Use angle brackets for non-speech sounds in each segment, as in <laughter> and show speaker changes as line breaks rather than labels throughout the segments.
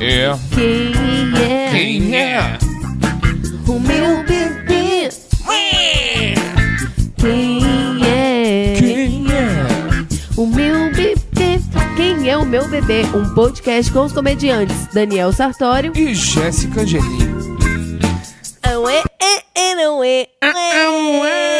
É. Quem é?
O meu bebê. Quem é?
Quem é?
O meu bebê. Quem é o meu bebê? Um podcast com os comediantes Daniel Sartório.
E Jéssica Angelim.
Não é, é, é, não é.
Ah,
Não é.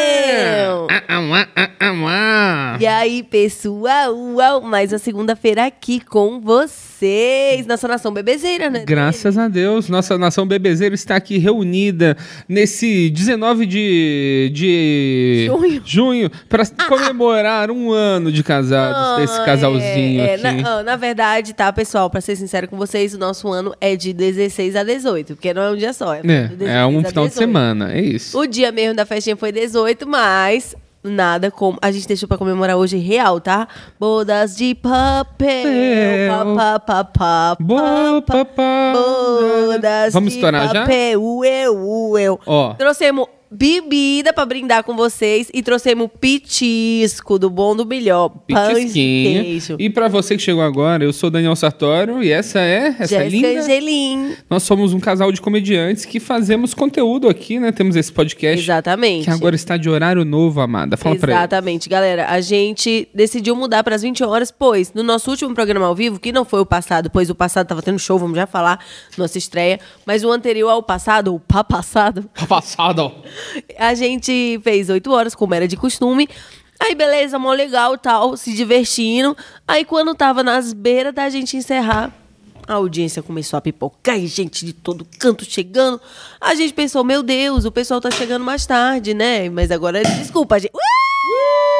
E aí, pessoal, uau, mais uma segunda-feira aqui com vocês, nossa nação bebezeira, né?
Graças a Deus, nossa nação bebezeira está aqui reunida nesse 19 de, de
Junho.
para comemorar um ano de casados, desse
Ah,
casalzinho
é, é,
aqui.
na, ah, na verdade, tá, pessoal, pra ser sincero com vocês, o nosso ano é de 16 a 18, porque não é um dia só. do
É,
16
é um
a
final de
18.
semana, é isso.
O dia mesmo da festinha foi 18, mas nada como. A gente deixou pra comemorar hoje real, tá? Bodas de papel. Pa,
Papel.
pa, pa, pa,
Boa,
pa,
papá.
Bodas
Vamos
de
estourar já?
papel. Eu, eu.
Ó.
Trouxemos bebida pra brindar com vocês e trouxemos pitisco do bom do melhor. Pães de queijo.
Pitisquinho. E para você que chegou agora, eu sou Daniel Sartório e essa é essa
Jéssica
linda
Angelim.
Nós somos um casal de comediantes que fazemos conteúdo aqui, né? Temos esse podcast
Exatamente.
que agora está de horário novo, amada. Fala pra ele.
Exatamente, galera. A gente decidiu mudar para as 20 horas, pois no nosso último programa ao vivo, que não foi o passado, pois o passado tava tendo show, vamos já falar, nossa estreia, mas o anterior ao passado, o pá passado,
Tá passado, ó.
a gente fez 8 horas, como era de costume. Aí, beleza, mó legal tal, se divertindo. Aí, quando tava nas beiras da gente encerrar, a audiência começou a pipocar e gente de todo canto chegando. A gente pensou, meu Deus, o pessoal tá chegando mais tarde, né? Mas agora, desculpa, a gente.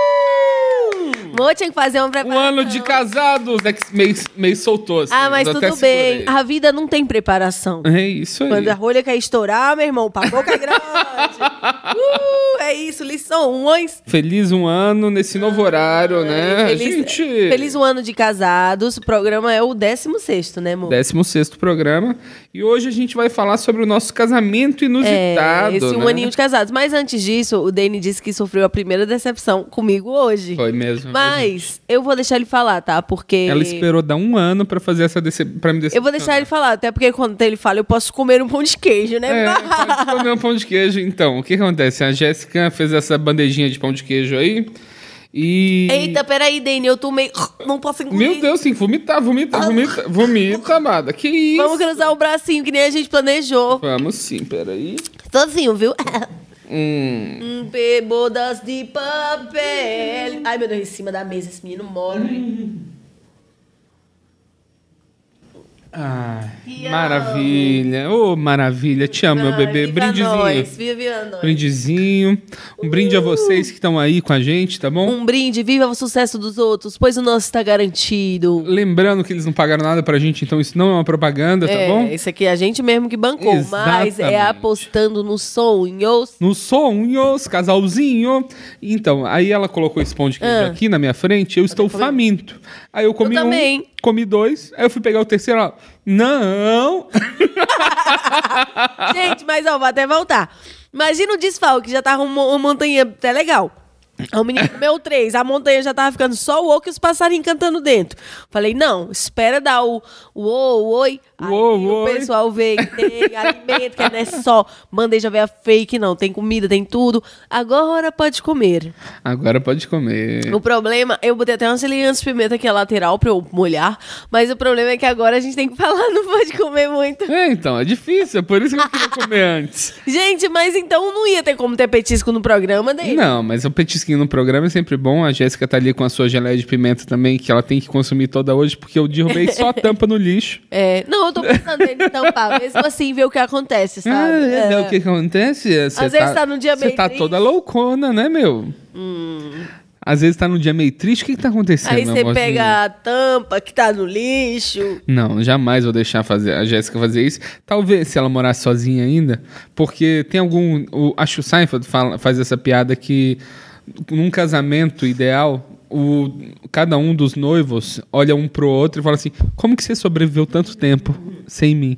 Uh! Mô, tinha que fazer uma
Um ano de casados, né? Que meio, meio soltou. assim,
Ah, mas
eu até
tudo bem.
segurei.
A vida não tem preparação.
É isso aí.
Quando a rolha quer estourar, meu irmão, pra boca é
<laughs>
grande. uh, é isso, lições.
Feliz um ano nesse novo horário, né?
Feliz,
Gente,
É, feliz um ano de casados. O programa é o 16, né, amor?
16 programa. E hoje a gente vai falar sobre o nosso casamento
É,
inusitado.
esse um
né?
aninho de casados. Mas antes disso, o Dani disse que sofreu a primeira decepção comigo hoje.
Foi mesmo. mesmo.
Mas eu vou deixar ele falar, tá? Porque.
Ela esperou dar um ano pra fazer essa dece... pra me
Eu vou deixar ele falar, até porque quando ele fala, eu posso comer um pão de queijo, <laughs> né?
É, pode comer um pão de queijo, então. O que acontece? A Jéssica fez essa bandejinha de pão de queijo aí e...
Eita, peraí, Dani, eu tomei. <gasps> Não posso engolir.
Meu Deus, sim, vomita, vomita, vomita, vomita, amada. Que isso?
Vamos cruzar o bracinho, que nem a gente planejou.
Vamos sim, peraí.
Sozinho,
<laughs>
viu?
Hum,
Hum, Bodas de papel. Ai, meu Deus, em cima da mesa, esse menino morre.
ai, maravilha. Ô, maravilha. Te amo, meu bebê.
Viva
Brindezinho.
nós, viva nós.
Brindezinho. Um brinde a vocês que estão aí com a gente, tá bom?
Um brinde, viva o sucesso dos outros, pois o nosso tá garantido.
Lembrando que eles não pagaram nada pra gente, então isso não é uma propaganda, tá
é,
bom?
isso aqui é a gente mesmo que bancou, mas é
Exatamente.
apostando nos sonhos.
No sonhos, casalzinho. Então, aí ela colocou esse pão de queijo
Ah.
aqui na minha frente, eu estou faminto. Aí eu comi
também.
um, comi dois, aí eu fui pegar o terceiro, ela, não.
<laughs> Gente, mas ó, vou até voltar. Imagina o desfalque, já tava uma, uma montanha até legal. O menino comeu três, a montanha já tava ficando só o oco e os passarinhos cantando dentro. Falei, não, espera dar o o o- oi. Aí
Uou,
o
oi.
pessoal vê que tem alimento, que não é só bandeja veia fake, não. Tem comida, tem tudo. Agora pode comer.
Agora pode comer.
O problema, eu botei até uma selinha de pimenta que é lateral pra eu molhar, mas o problema é que agora a gente tem que falar, <laughs> não pode comer muito.
É, então, é difícil, é por isso que eu queria comer antes.
Gente, mas então não ia ter como ter petisco no programa dele.
Não, mas o petisquinho no programa é sempre bom. A Jéssica tá ali com a sua geleia de pimenta também, que ela tem que consumir toda hoje, porque eu derrubei
<laughs>
só a tampa no lixo.
É, não, eu tô pensando nele tampar, mesmo assim, ver o que acontece,
Ah,
sabe?
é, né,
É.
o que acontece? Você
Às vezes tá num dia
Você
meio
tá
triste. Hum.
toda loucona, né, meu? Às vezes tá num dia meio triste. O que, que tá acontecendo,
Aí
meu
você
amorzinho?
pega a tampa que tá no lixo.
Não, jamais vou deixar fazer a Jéssica fazer isso. Talvez se ela morar sozinha ainda, porque tem algum. O, acho que o Seinfeld fala- faz essa piada que num casamento ideal, o, cada um dos noivos olha um pro outro e fala assim: como que você sobreviveu tanto tempo sem mim?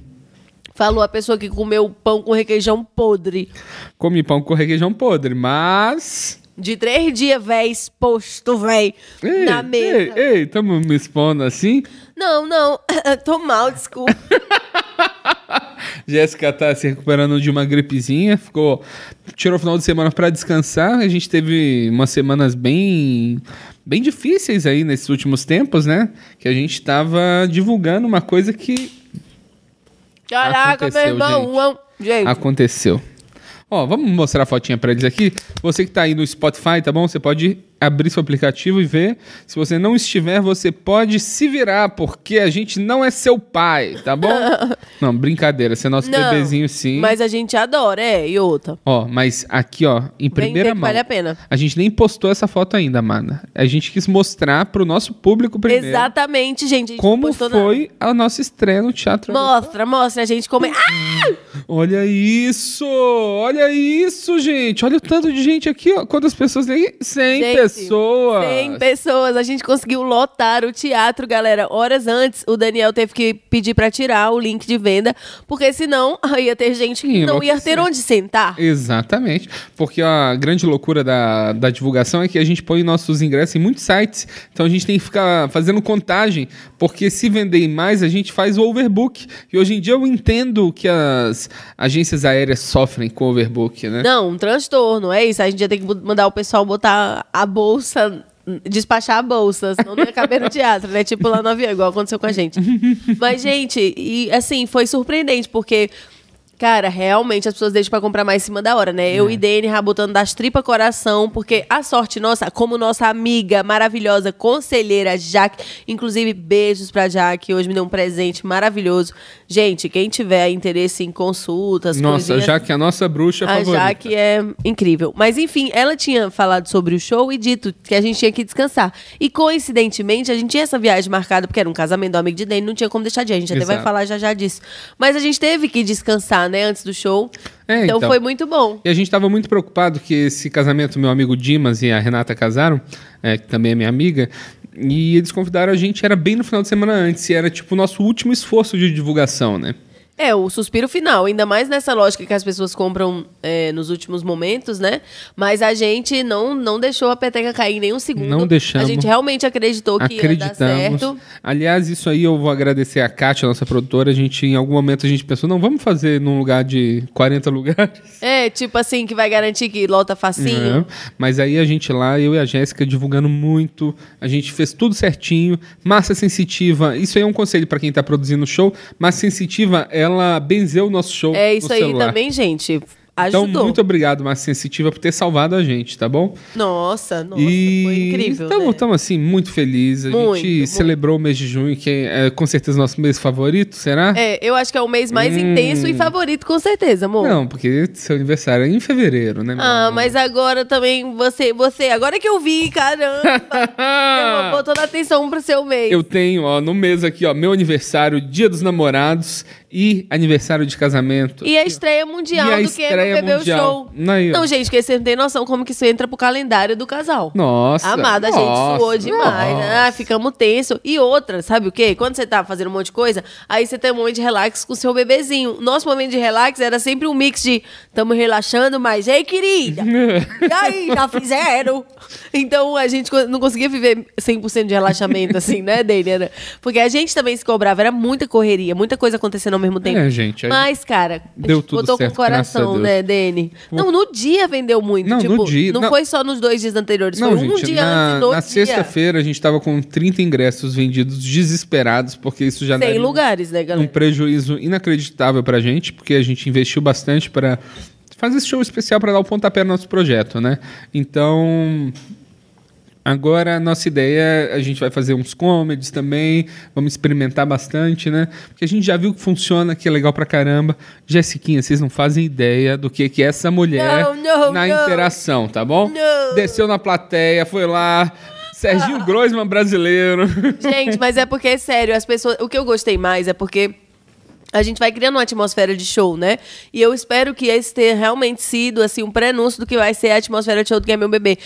Falou a pessoa que comeu pão com requeijão podre.
Comi pão com requeijão podre, mas
De três dias, véi, exposto, véi,
Ei,
na mesa.
Ei, ei, tamo me expondo assim?
Não, não, <laughs> tô mal, desculpa.
Jéssica tá se recuperando de uma gripezinha, ficou. Tirou o final de semana pra descansar. A gente teve umas semanas bem. bem difíceis aí nesses últimos tempos, né? Que a gente tava divulgando uma coisa que
Caraca, meu
Aconteceu,
irmão. Gente,
aconteceu. Ó, vamos mostrar a fotinha pra eles aqui. Você que tá aí no Spotify, tá bom? Você pode abrir seu aplicativo e ver. Se você não estiver, você pode se virar, porque a gente não é seu pai, tá bom? não, brincadeira. Você é nosso
Não,
bebezinho, sim.
mas a gente adora, é, e outra.
Ó, mas aqui, ó, em primeira
ver que
mão.
vale a pena.
A gente nem postou essa foto ainda, Amanda. A gente quis mostrar pro nosso público primeiro
Exatamente, gente. a gente não
como
postou nada.
foi a nossa estreia no teatro. né?
Mostra, mostra, a gente come. Ah!
Olha isso! Olha isso, gente! Olha o tanto de gente aqui, ó. Quantas pessoas tem aí? 100
Gente,
pessoas!
100 pessoas, a gente conseguiu lotar o teatro, galera. Horas antes, o Daniel teve que pedir pra tirar o link de venda, porque senão <laughs> ia ter gente que
Ia
não ia ter
enlouquecer.
onde sentar.
Exatamente. Porque a grande loucura da, da divulgação é que a gente põe nossos ingressos em muitos sites. Então a gente tem que ficar fazendo contagem. Porque se vender em mais, a gente faz o overbook. E hoje em dia eu entendo que as agências aéreas sofrem com overbook, né?
Não, um transtorno, é isso. A gente ia ter que bu- mandar o pessoal botar a bolsa, despachar a bolsa, senão não ia caber no teatro, né? Tipo lá no avião, igual aconteceu com a gente. Mas, gente, e assim, foi surpreendente, porque. Cara, realmente as pessoas deixam pra comprar mais em cima da hora, né?
É.
Eu e Dene rabotando das tripas coração, porque a sorte nossa, como nossa amiga maravilhosa, conselheira Jaque, inclusive beijos pra Jaque, hoje me deu um presente maravilhoso. Gente, quem tiver interesse em consultas,
Nossa,
coisinhas,
já que a nossa bruxa
a
favorita.
Jaque é incrível. Mas enfim, ela tinha falado sobre o show e dito que a gente tinha que descansar. E coincidentemente, a gente tinha essa viagem marcada, porque era um casamento do amigo de Dani, não tinha como deixar de ir. A gente até vai
Exato.
falar já já disso. Mas a gente teve que descansar, né, antes do show.
É,
então,
então.
foi muito bom.
E a gente estava muito preocupado que esse casamento, meu amigo Dimas e a Renata casaram, é, que também é minha amiga, e eles convidaram a gente, era bem no final de semana antes, e era tipo o nosso último esforço de divulgação, né?
É, o suspiro final, ainda mais nessa lógica que as pessoas compram é, nos últimos momentos, né? Mas a gente não, não deixou a peteca cair em nenhum segundo.
Não deixamos.
A gente realmente acreditou que ia dar
Acreditamos.
certo.
Aliás, isso aí eu vou agradecer a Kátia, nossa produtora. A gente, em algum momento, a gente pensou, não, vamos fazer num lugar de 40
<laughs>
lugares.
É, tipo assim, que vai garantir que lota facinho.
Né? Mas aí a gente lá, eu e a Jéssica divulgando muito, a gente fez tudo certinho. Massa sensitiva, isso aí é um conselho para quem tá produzindo show. Massa sensitiva, ela benzeu o nosso show.
É
no
isso aí
celular.
também, gente.
Então,
Ajudou.
muito obrigado, Massa Sensitiva, por ter salvado a gente, tá bom?
Nossa, nossa, foi incrível.
Estamos
né?
assim, muito felizes. A
Muito,
gente
muito.
celebrou o mês de junho, que é com certeza o nosso mês favorito, será?
É, eu acho que é o mês mais
né? Hum.
intenso e favorito, com certeza, amor.
Não, porque seu aniversário é em fevereiro, né? meu
Ah,
amor?
mas agora também você, você, agora que eu vi,
<laughs>
caramba, eu vou toda a atenção pro seu mês.
Eu tenho, ó, no mês aqui, ó, meu aniversário, dia dos namorados e aniversário de casamento.
E a estreia mundial
E a
do que
estreia
MPB
mundial.
Show.
Aí, ó.
Não, gente, que você não tem noção como que isso entra pro calendário do casal.
Nossa.
Amada, a gente
nossa,
suou demais.
nossa.
Ah, ficamos tenso. E outra, sabe o quê? Quando você tá fazendo um monte de coisa, aí você tem um momento de relax com o seu bebezinho. Nosso momento de relax era sempre um mix de tamo relaxando, mas ei, querida!
<laughs>
E aí, já fizeram? Então a gente co- não conseguia viver 100% de relaxamento, assim, né, Dani? Era- Porque a gente também se cobrava, era muita correria, muita coisa acontecendo ao mesmo tempo.
É, gente, aí-
Mas, cara, a
Deu
gente
tudo
botou
certo,
com o coração,
graças a Deus.
né, Dani? Não, no dia vendeu muito.
Não, no
tipo,
dia-
Não,
não.
foi só nos dois dias anteriores, foi um dia
na,
antes do
na
dia.
sexta-feira a gente tava com 30 ingressos vendidos desesperados, porque isso já
Sem
daria um-
lugares, né,
um
galera?
prejuízo inacreditável pra gente, porque a gente investiu bastante pra fazer esse show especial pra dar o pontapé no nosso projeto, né? Então, Agora, a nossa ideia, a gente vai fazer uns comedies também, vamos experimentar bastante, né? Porque a gente já viu que funciona, que é legal pra caramba. Jessiquinha, vocês não fazem ideia do que que é essa mulher
Não, não,
na
não.
interação, tá bom?
Não.
Desceu na plateia, foi lá. Serginho Groisman brasileiro.
<laughs> Gente, mas é porque, sério, as pessoas. O que eu gostei mais é porque. A gente vai criando uma atmosfera de show, né? E eu espero que esse tenha realmente sido assim um prenúncio do que vai ser a atmosfera de show do Game Meu Bebê.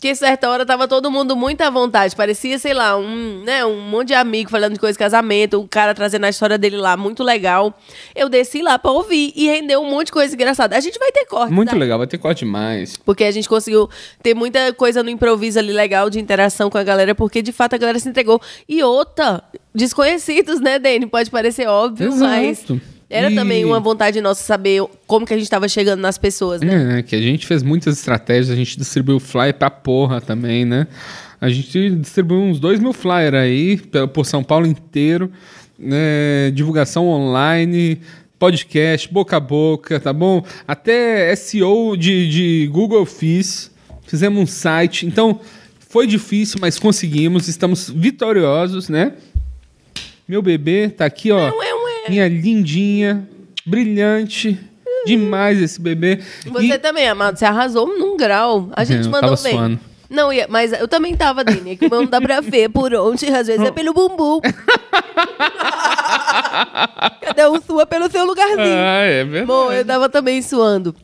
Que certa hora tava todo mundo muito à vontade. Parecia, sei lá, um, né, um monte de amigo falando de coisa de casamento, o cara trazendo a história dele lá, muito legal. Eu desci lá pra ouvir e rendeu um monte de coisa engraçada. A gente vai ter corte.
Muito
tá?
legal, vai ter corte mais.
Porque a gente conseguiu ter muita coisa no improviso ali legal de interação com a galera, porque de fato a galera se entregou. E outra, desconhecidos, né, Dani? Pode parecer óbvio, mas.
Exato.
Era
E-
também uma vontade nossa saber como que a gente tava chegando nas pessoas, né?
É, que a gente fez muitas estratégias, a gente distribuiu flyer pra porra também, né? A gente distribuiu uns dois mil flyers aí pela- por São Paulo inteiro, né? divulgação online, podcast, boca a boca, tá bom? Até SEO de, de Google fiz, fizemos um site, então foi difícil, mas conseguimos, estamos vitoriosos, né? Meu bebê tá aqui, ó.
Ué, ué.
Minha lindinha, brilhante. Demais esse bebê.
Você tá
E-
também, amado, você arrasou num grau. A gente
Eu
mandou
tava
bem.
suando.
Não, ia- mas eu também tava, Dani. É que não dá pra ver por onde, às vezes é pelo
<laughs>
bumbum. Cada um sua pelo seu lugarzinho.
Ah, é verdade.
Bom, eu tava também suando.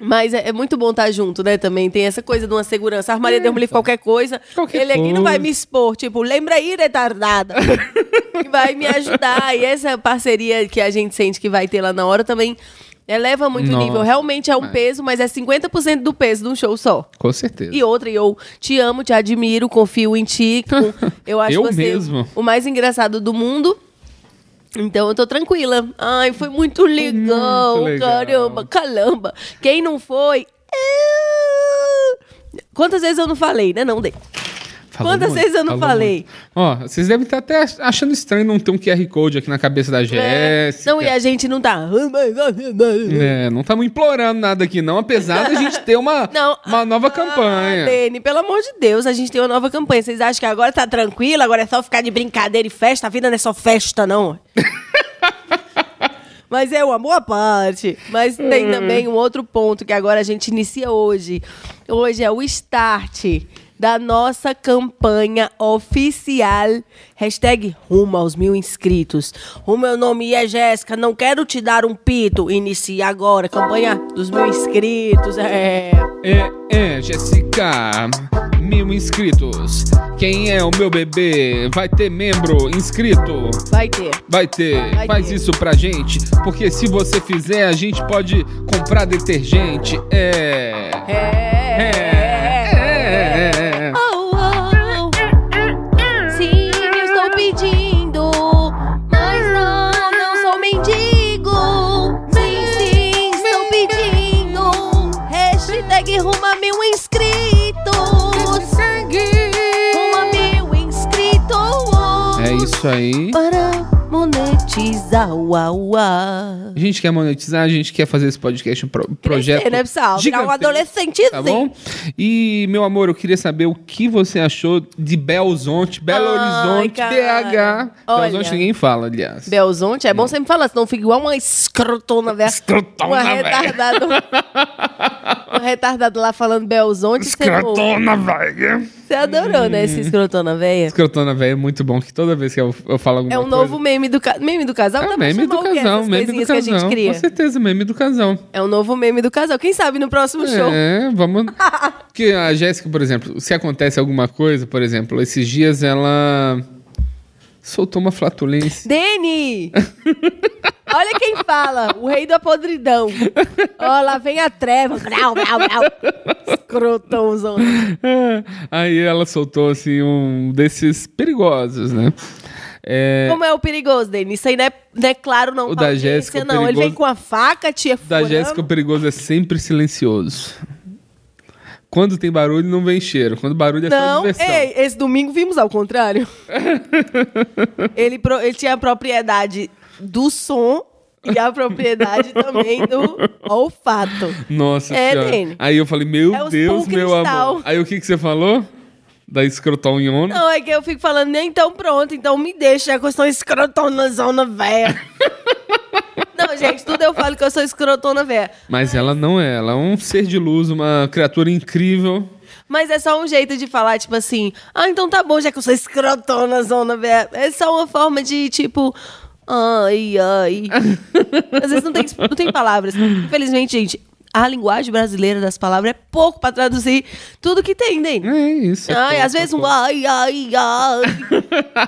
Mas é, é muito bom estar junto, né? Também tem essa coisa de uma segurança. A Maria deu um livro qualquer coisa.
É, então. Qualquer
ele aqui
coisa.
não vai me expor. Tipo, lembra aí,
<laughs>
retardada. e vai me ajudar. E essa parceria que a gente sente que vai ter lá na hora também eleva muito o
Nossa,
nível. Realmente é um peso, mas é 50% do peso de um show só.
Com certeza.
E outra, e eu te amo, te admiro, confio em ti.
<laughs>
com- Eu acho
Eu
você
mesmo.
o mais engraçado do mundo. Então eu tô tranquila. Ai, foi muito legal,
muito legal.
caramba, caramba. Quem não foi. ah! Quantas vezes eu não falei, né? Não, dei.
Falou
quantas
muito,
vezes eu não
falou
falei?
muito. Ó, vocês devem estar até ach- achando estranho não ter um QR Code aqui na cabeça da Jéssica.
É, Não, e a gente não tá.
É, não estamos implorando nada aqui, não, apesar da gente ter
<laughs>
uma,
Não.
uma nova campanha.
Ah, Dene, pelo amor de Deus, a gente tem uma nova campanha. Vocês acham que agora tá tranquilo? Agora é só ficar de brincadeira e festa? A vida não é só festa,
<laughs>
não. Mas é o amor à parte. Mas
Hum.
tem também um outro ponto que agora a gente inicia hoje. Hoje é o start da nossa campanha oficial. Hashtag rumo aos mil inscritos. O meu nome é Jéssica, não quero te dar um pito. Inicia agora, a campanha dos mil inscritos. É.
É, é, Jéssica, mil inscritos. Quem é o meu bebê? Vai ter membro inscrito?
Vai ter.
Vai ter.
Vai
Faz
ter.
isso pra gente, porque se você fizer, a gente pode comprar detergente. É. É.
É.
É. É.
Oh, oh. Sim, eu estou pedindo, mas não, não sou mendigo. Sim, sim, estou pedindo. Hashtag Ruma Mil Inscritos. Ruma Mil Inscritos.
É isso aí.
Para monetizar, uau, uau.
A gente quer monetizar, a gente quer fazer esse podcast um pro- projeto.
Crescer, né, pessoal? Virar um
gigantesco,
adolescentezinho.
Tá bom? E, meu amor, eu queria saber o que você achou de Belzonte, Belo
Ai,
Horizonte,
cara.
BH.
Olha.
Belzonte ninguém fala, aliás.
Belzonte, é bom você me falar, senão fica igual uma escrotona, velho.
Escrotona,
é Uma
véia. <laughs>
retardada. um retardado lá falando Belzonte. você não-
Escrotona, velho.
Você adorou, né, esse escrotona, velha?
Escrotona, velho, é muito bom, que toda vez que eu, eu falo alguma
É um
coisa...
novo meme do, ca... meme do casal?
É
Dá pra
meme
chamar
do
o quê?
casal,
Essas
meme do
coisinhas que a
casal.
gente cria?
Com certeza, meme do casal.
É um novo meme do casal. Quem sabe no próximo show?
É,
<laughs>
vamos. Porque a Jéssica, por exemplo, se acontece alguma coisa, por exemplo, esses dias ela soltou
<laughs>
uma flatulência. <laughs>
Deni! Olha quem fala, o rei da podridão. Ó, lá vem a treva. Brau, brau,
<laughs>
brau. Escrotãozão.
Aí ela soltou assim um desses perigosos, né? É,
Como é o perigoso, Denis? Isso aí não é, não é claro, não.
O
pra
da
audiência,
Jéssica, o
não. Ele vem
perigoso-
com a faca, tia
da
furando.
Jéssica, o perigoso é sempre silencioso. Quando tem barulho, não vem cheiro. Quando barulho é só
Não,
diversão.
ei, esse domingo vimos ao
<laughs>
contrário. ele, pro- ele tinha a propriedade do som e a propriedade também
<laughs>
do olfato.
Nossa
É,
senhora.
Dene.
Aí eu falei, meu
É os
Deus,
pum
meu
cristal.
amor. Aí o que, que você falou? Da escrotonhona?
Não, é que eu fico falando, "Não, então pronto, então me deixa, é que eu sou escrotona zona
<laughs>
véia. Não, gente, tudo eu falo que eu sou escrotona véia.
Mas ela não é, ela é um ser de luz, uma criatura incrível.
Mas é só um jeito de falar, tipo assim, ah, então tá bom, já que eu sou escrotona, zona, velho. É só uma forma de, tipo,
<laughs>
ai, ai. Às vezes não tem, não tem palavras. Infelizmente, gente, a linguagem brasileira das palavras é pouco pra traduzir tudo que tem, né?
É isso. é
ai,
pouco,
às vezes
é
um ai, ai, ai.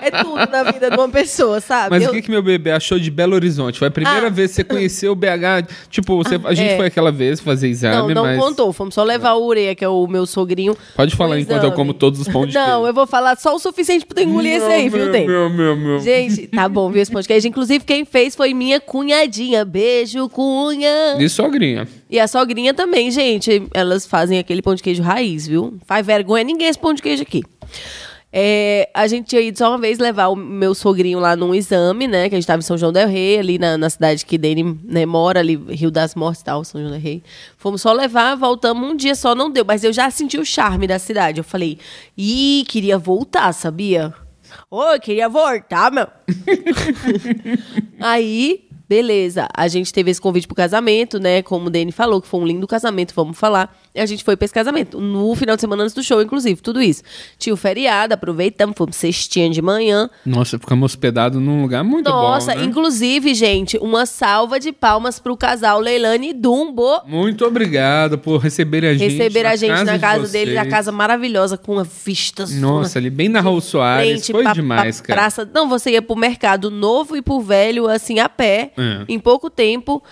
é tudo na vida de uma pessoa, sabe?
Mas
Eu-
o que, que meu bebê achou de Belo Horizonte? Foi a primeira
Ah.
vez que você conheceu o BH. Tipo, você- a gente
é.
foi aquela vez fazer
Não,
exame,
não
é, mas.
contou. Fomos só levar o Ureia, que é o meu sogrinho.
Pode falar
pro
enquanto eu
exame.
como todos os pão de
Não,
queijo.
eu vou falar só o suficiente pra tu engolir esse aí, viu,
meu,
Tem?
meu, meu, meu.
Gente, tá bom, viu, esse podcast. Inclusive, quem fez foi minha cunhadinha. Beijo, cunha.
E sogrinha.
E a sogrinha também, gente. Elas fazem aquele pão de queijo raiz, viu? Faz vergonha ninguém esse pão de queijo aqui. É, a gente tinha ido só uma vez levar o meu sogrinho lá num exame, né? Que a gente tava em São João del Rei, ali na, na cidade que Dene né, mora, ali, Rio das Mortes e tal, São João del Rei. Fomos só levar, voltamos um dia só, não deu. Mas eu já senti o charme da cidade. Eu falei, ih, queria voltar, sabia? Ô, eu queria voltar, meu. Aí, beleza. A gente teve esse convite pro casamento, né? Como o Dani falou, que foi um lindo casamento, vamos falar. E a gente foi pra esse casamento. No final de semana antes do show, inclusive, tudo isso. Tinha o feriado, aproveitamos, fomos cestinha de manhã.
Nossa, ficamos hospedados num lugar muito
Nossa,
bom. Né?
inclusive, gente, uma salva de palmas pro casal Leilani e Dumbo.
Muito obrigado por receber a gente.
Receber a gente na
de
casa dele, na
vocês.
casa maravilhosa, com uma vista
Nossa, ali bem na Raul Soares.
frente,
Foi
pra-
demais,
pra
cara.
Praça. Não, você ia pro mercado novo e pro velho, assim, a pé,
É.
em pouco tempo.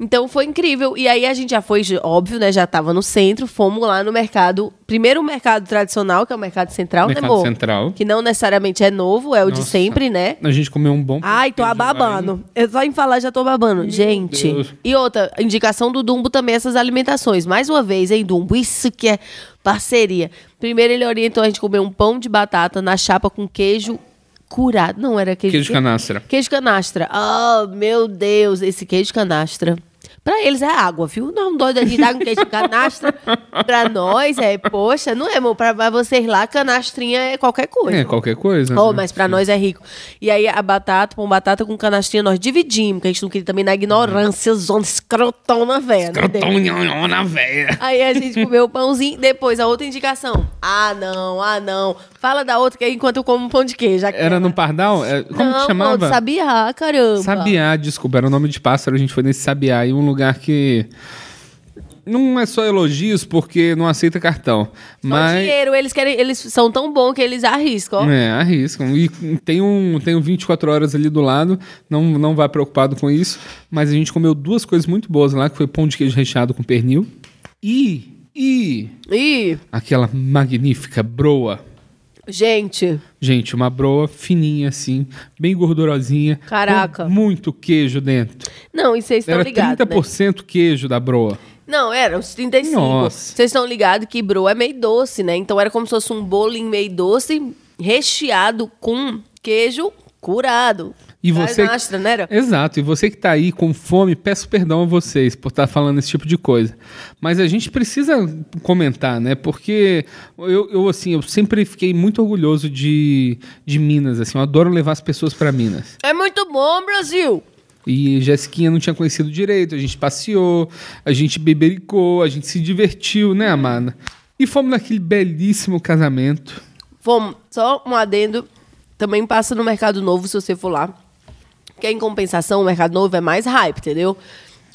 Então foi incrível. E aí a gente já foi, óbvio, né? Já tava no centro, fomos lá no mercado. Primeiro o mercado tradicional, que é o mercado central,
Mercado
né, amor?
Central.
Que não necessariamente é novo, é o de
Nossa.
sempre, né?
A gente comeu um bom.
Ai, tô
queijo lá, hein?
babando. Eu só em falar já tô babando. Gente.
Deus.
E outra, indicação do Dumbo também, essas alimentações. Mais uma vez, hein, Dumbo? Isso que é parceria. Primeiro ele orientou a gente comer um pão de batata na chapa com queijo curado. Não, era queijo.
Queijo canastra. É,
Queijo canastra. Oh, meu Deus, esse queijo canastra. Pra eles é água, viu? Não, doido aqui dá com queijo
<laughs>
canastra. pra nós é, poxa, não é, amor? Pra pra vocês lá, canastrinha é qualquer coisa.
É, qualquer coisa.
Oh,
né?
mas pra nós é rico. E aí a batata, pão batata com canastrinha, nós dividimos, porque a gente não queria também na ignorância, zona escrotona, velho. né?
Crotonhão na véia.
Aí a gente comeu o pãozinho, depois a outra indicação. Ah, não, ah, não. Fala da outra que aí enquanto eu como um pão de queijo. aquela.
Era no Pardal? É, Como
não,
que
Não,
chamava?
de sabiá, caramba.
Sabiá, desculpa, era o nome de pássaro, a gente foi nesse Sabiá, e um lugar que não é só elogios, porque não aceita cartão,
Só
mas...
dinheiro, eles querem, eles são tão bons que eles arriscam. ó.
É, arriscam. E tem um, tem um 24 horas ali do lado, não, não vá preocupado com isso, mas a gente comeu duas coisas muito boas lá, que foi pão de queijo recheado com pernil e, e
Ih,
aquela magnífica broa.
gente,
Gente, uma broa fininha assim, bem gordurosinha. com
Caraca.
Muito queijo dentro.
não, e vocês estão
Era
ligados, né?
30% queijo da broa.
Não, era uns 35.
Nossa.
Vocês estão ligados que bro é meio doce, né? Então era como se fosse um bolinho meio doce, recheado com queijo curado.
E você.
Canastra, né? Era?
Exato, e você que tá aí com fome, peço perdão a vocês por estar falando esse tipo de coisa. Mas a gente precisa comentar, né? Porque eu, eu, assim, eu sempre fiquei muito orgulhoso de, de Minas, assim, eu adoro levar as pessoas para Minas.
É muito bom, Brasil!
E Jéssiquinha não tinha conhecido direito, a gente passeou, a gente bebericou, a gente se divertiu, né, amada? E fomos naquele belíssimo casamento.
Vamos, só um adendo. Também passa no Mercado Novo, se você for lá. Porque em compensação, o Mercado Novo é mais hype, entendeu?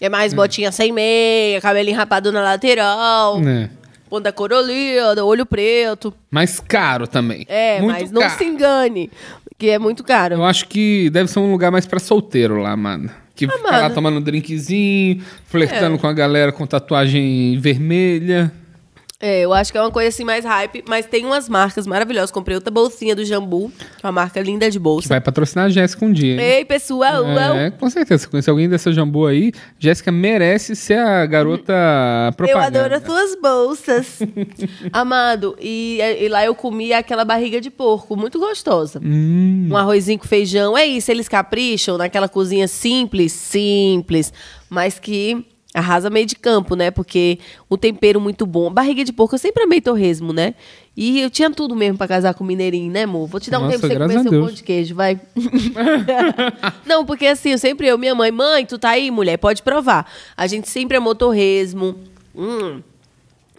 É
Hum.
mais botinha sem meia, cabelinho rapado na lateral,
né?
ponta corolida, olho preto.
Mas caro também.
É,
Muito
mas não
caro.
se engane, que é muito caro.
Eu acho que deve ser um lugar mais pra solteiro lá, mano. Que fica lá
Ah, mano.
tomando um drinkzinho, flertando com a galera com tatuagem vermelha.
É, eu acho que é uma coisa assim mais hype, mas tem umas marcas maravilhosas. Comprei outra bolsinha do Jambu, que é uma marca linda de
Que
bolsa.
vai patrocinar a Jéssica um dia. hein?
Ei, pessoal!
É, com certeza. Se conhecer alguém dessa jambu aí, Jéssica merece ser a garota
Eu
propaganda.
adoro as suas
<laughs>
bolsas. Amado, e, é, e lá eu comi aquela barriga de porco, muito gostosa.
Hum.
Um arrozinho com feijão. É isso, eles capricham naquela cozinha simples, simples, mas que arrasa meio de campo, né? Porque o tempero muito bom. Barriga de porco, eu sempre amei torresmo, né? E eu tinha tudo mesmo pra casar com o mineirinho, né, amor? Vou te dar um
Nossa,
tempo pra você
graças
comer
a
seu
Deus.
pão de queijo, vai. <laughs> Não, porque assim, eu sempre eu, minha mãe, mãe, tu tá aí, mulher, pode provar. A gente sempre amou torresmo. Hum.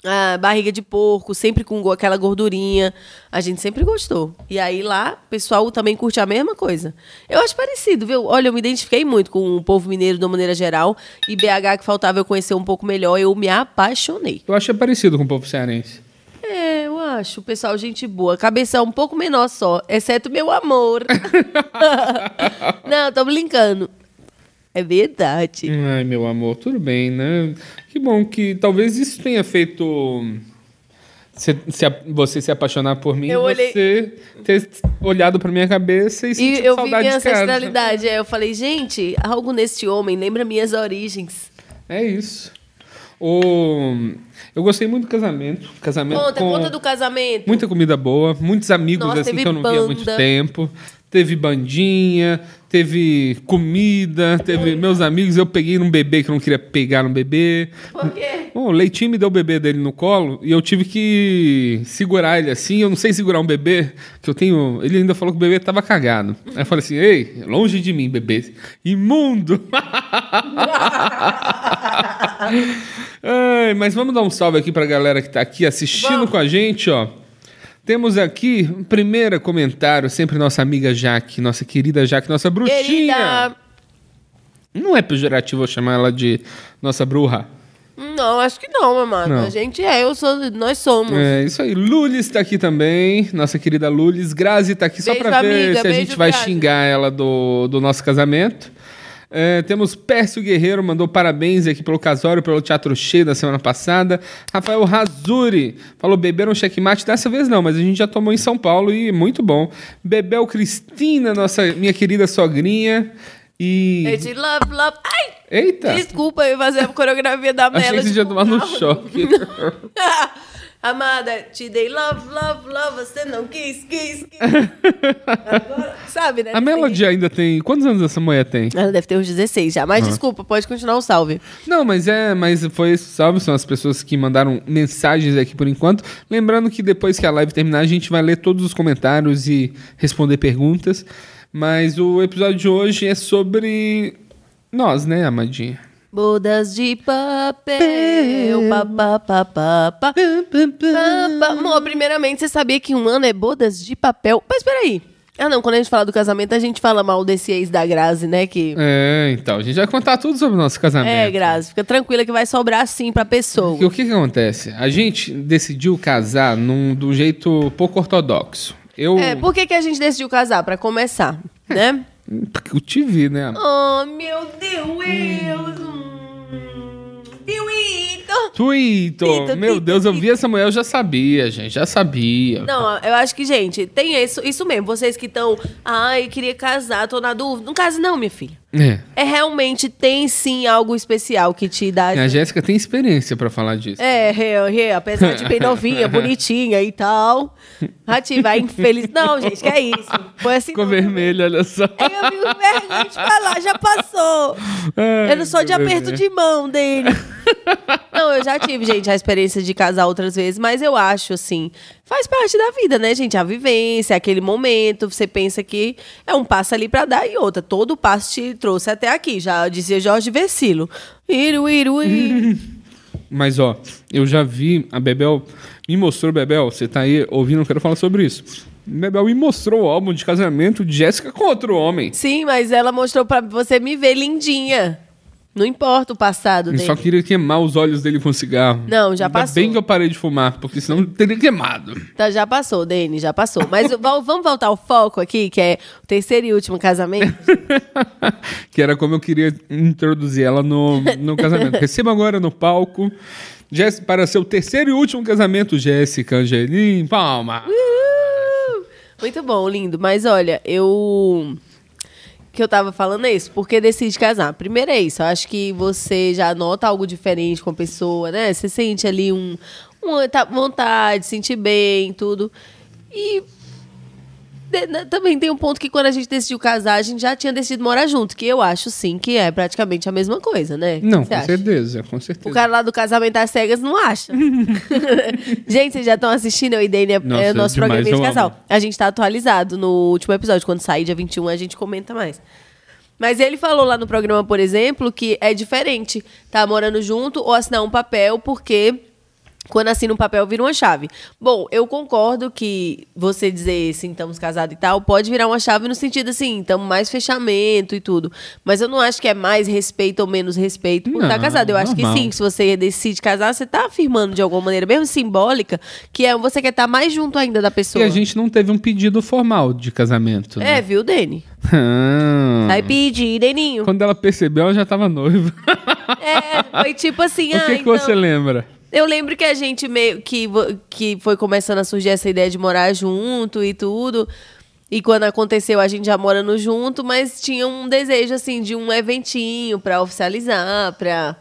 ah, barriga de porco, sempre com go- aquela gordurinha. A gente sempre gostou. E aí lá, o pessoal também curte a mesma coisa. Eu acho parecido, viu? Olha, eu me identifiquei muito com o povo mineiro de uma maneira geral. E BH, que faltava eu conhecer um pouco melhor, eu me apaixonei.
Eu acho que é parecido com o povo cearense.
É, eu acho. O pessoal, gente boa. Cabeça um pouco menor só, exceto meu amor. <laughs> Não, tô brincando. É verdade.
Ai, meu amor, tudo bem, né? Que bom que talvez isso tenha feito se- se a- você se apaixonar por mim
Eu
e
olhei-
você ter olhado pra minha cabeça e
E
sentido
eu vi
saudade
minha
de casa.
ancestralidade. É, eu falei, gente, algo neste homem lembra minhas origens.
É isso. O... Eu gostei muito do casamento. Casamento
Conta,
com
conta do casamento.
muita comida boa, muitos amigos
Nossa,
assim
teve
que eu não via há muito
banda.
tempo. Teve bandinha, teve comida, teve meus amigos. Eu peguei num bebê que eu não queria pegar num bebê.
Por quê?
Bom, o Leitinho me deu o bebê dele no colo e eu tive que segurar ele assim. Eu não sei segurar um bebê, que eu tenho. Ele ainda falou que o bebê tava cagado. Aí eu falei assim: ei, longe de mim, bebê. Imundo! <laughs> Ai, mas vamos dar um salve aqui pra galera que tá aqui assistindo
Vamos.
com a gente, ó. Temos aqui, um primeiro comentário, sempre nossa amiga Jaque, nossa querida Jaque, nossa bruxinha.
Querida.
Não é pejorativo eu chamar ela de nossa bruxa.
Hum, Não, acho que não, mamãe.
Não.
A gente é, eu sou, nós somos.
É, isso aí. Lulis tá aqui também, nossa querida Lulis. Grazi tá aqui só
Beijo,
pra ver
amiga.
se a
Beijo,
gente vai
Grazi.
xingar ela do, do nosso casamento. É, temos Pércio Guerreiro, mandou parabéns aqui pelo casório, pelo teatro cheio da semana passada. Rafael Razuri falou: beberam checkmate dessa vez não, mas a gente já tomou em São Paulo e muito bom. Bebel Cristina, nossa minha querida sogrinha. E.
Gente, É love, love. Ai!
Eita!
Desculpa eu fazer a coreografia da Mela.
Achei que você
de
tinha tomado um
Ronaldo.
choque.
<laughs> Amada, te dei love, love, love, você não quis, quis, quis. Agora, sabe, né?
A Melody ainda tem. Quantos anos essa mulher tem?
Ela deve ter uns 16 já, mas desculpa, pode continuar o salve.
Não, mas é, mas foi isso, salve, são as pessoas que mandaram mensagens aqui por enquanto. Lembrando que depois que a live terminar, a gente vai ler todos os comentários e responder perguntas. Mas o episódio de hoje é sobre nós, né, Amadinha?
Bodas de papel, papá, papá, papá. Amor, primeiramente, você sabia que um ano é bodas de papel? Mas peraí. Ah, não, quando a gente fala do casamento, a gente fala mal desse ex da Grazi, né? Que...
É, então, a gente vai contar tudo sobre o nosso casamento.
É, Grazi, fica tranquila que vai sobrar sim pra pessoa.
Porque o que, que acontece? A gente decidiu casar num, de um jeito pouco ortodoxo. Eu,
É, por que, que a gente decidiu casar? Pra começar, né?
porque eu te vi, né? Amad?
Oh, meu Deus! Hum. Piuíto!
Tuito!
Tito,
Meu
Tito,
Deus, eu
Tito.
vi essa mulher, eu já sabia, gente, já sabia.
Não, eu acho que, gente, tem isso, isso mesmo. Vocês que estão, ai, queria casar, tô na dúvida. Não case não, minha filha.
É.
É realmente, tem sim algo especial que te dá...
É, A Jéssica tem experiência pra falar disso.
É, é, é, apesar de bem novinha,
<laughs>
bonitinha e tal. Ativar infeliz. Não, gente, que é isso. Foi assim.
Ficou
não.
vermelha, olha só.
Aí É, eu vi vergonha de falar, já passou.
<laughs> Ai,
Eu não sou de
É, meu
aperto
Deus.
de mão
<laughs>
dele. Não, eu já tive, gente, a experiência de casar outras vezes, mas eu acho, assim, faz parte da vida, né, gente? A vivência, aquele momento, você pensa que é um passo ali pra dar e outra. Todo passo te trouxe até aqui, já dizia Jorge Versilo. Iru, iru,
<laughs>
iru.
Mas, ó, eu já vi a Bebel... Me mostrou, Bebel, você tá aí ouvindo, eu quero falar sobre isso. Bebel me mostrou o álbum de casamento de Jéssica com outro homem.
Sim, mas ela mostrou pra você me ver lindinha. Não importa o passado
Eu
dele.
só queria queimar os olhos dele com um cigarro.
Não, já
Ainda
passou.
bem que eu parei de fumar, porque senão eu teria queimado.
Tá, já passou, Dene, já passou. Mas val- vamos voltar ao foco aqui, que é o terceiro e último casamento.
<laughs> que era como eu queria introduzir ela no, no casamento. Receba agora no palco. Jéssica, para seu terceiro e último casamento, Jéssica Angelim, palma.
Uhul! Muito bom, lindo. Mas olha, eu. Que eu tava falando é isso, porque decide casar. Primeiro é isso, eu acho que você já nota algo diferente com a pessoa, né? Você sente ali um, uma ta- vontade, sentir bem, tudo. E de- na- também tem um ponto que quando a gente decidiu casar, a gente já tinha decidido morar junto, que eu acho sim que é praticamente a mesma coisa, né?
Não,
Você
com
acha?
certeza, com
O
certeza.
cara lá do casamento às cegas não acha. gente, vocês já estão assistindo? Eu e Dani é,
Nossa,
é o nosso
demais,
programa de
eu
casal.
amo.
A gente tá atualizado no último episódio. Quando sair dia 21, a gente comenta mais. Mas ele falou lá no programa, por exemplo, que é diferente tá morando junto ou assinar um papel, porque Quando assina um papel, vira uma chave. Bom, eu concordo que você dizer assim, estamos casados e tal, pode virar uma chave no sentido assim, estamos mais fechamento e tudo. Mas eu não acho que é mais respeito ou menos respeito por
Não,
estar casado. Eu acho
normal.
que sim, se você decide casar, você está afirmando de alguma maneira, mesmo simbólica, que é você quer estar mais junto ainda da pessoa.
E a gente não teve um pedido formal de casamento. né?
É, viu, Deni?
Ah.
Aí pedi, Deninho.
Quando ela percebeu, ela já tava noiva.
É, foi tipo assim,
<laughs> o
ah,
que, que
então...
você lembra?
Eu lembro que a gente meio que, vo- que foi começando a surgir essa ideia de morar junto e tudo. E quando aconteceu, a gente já morando junto, mas tinha um desejo, assim, de um eventinho pra oficializar, pra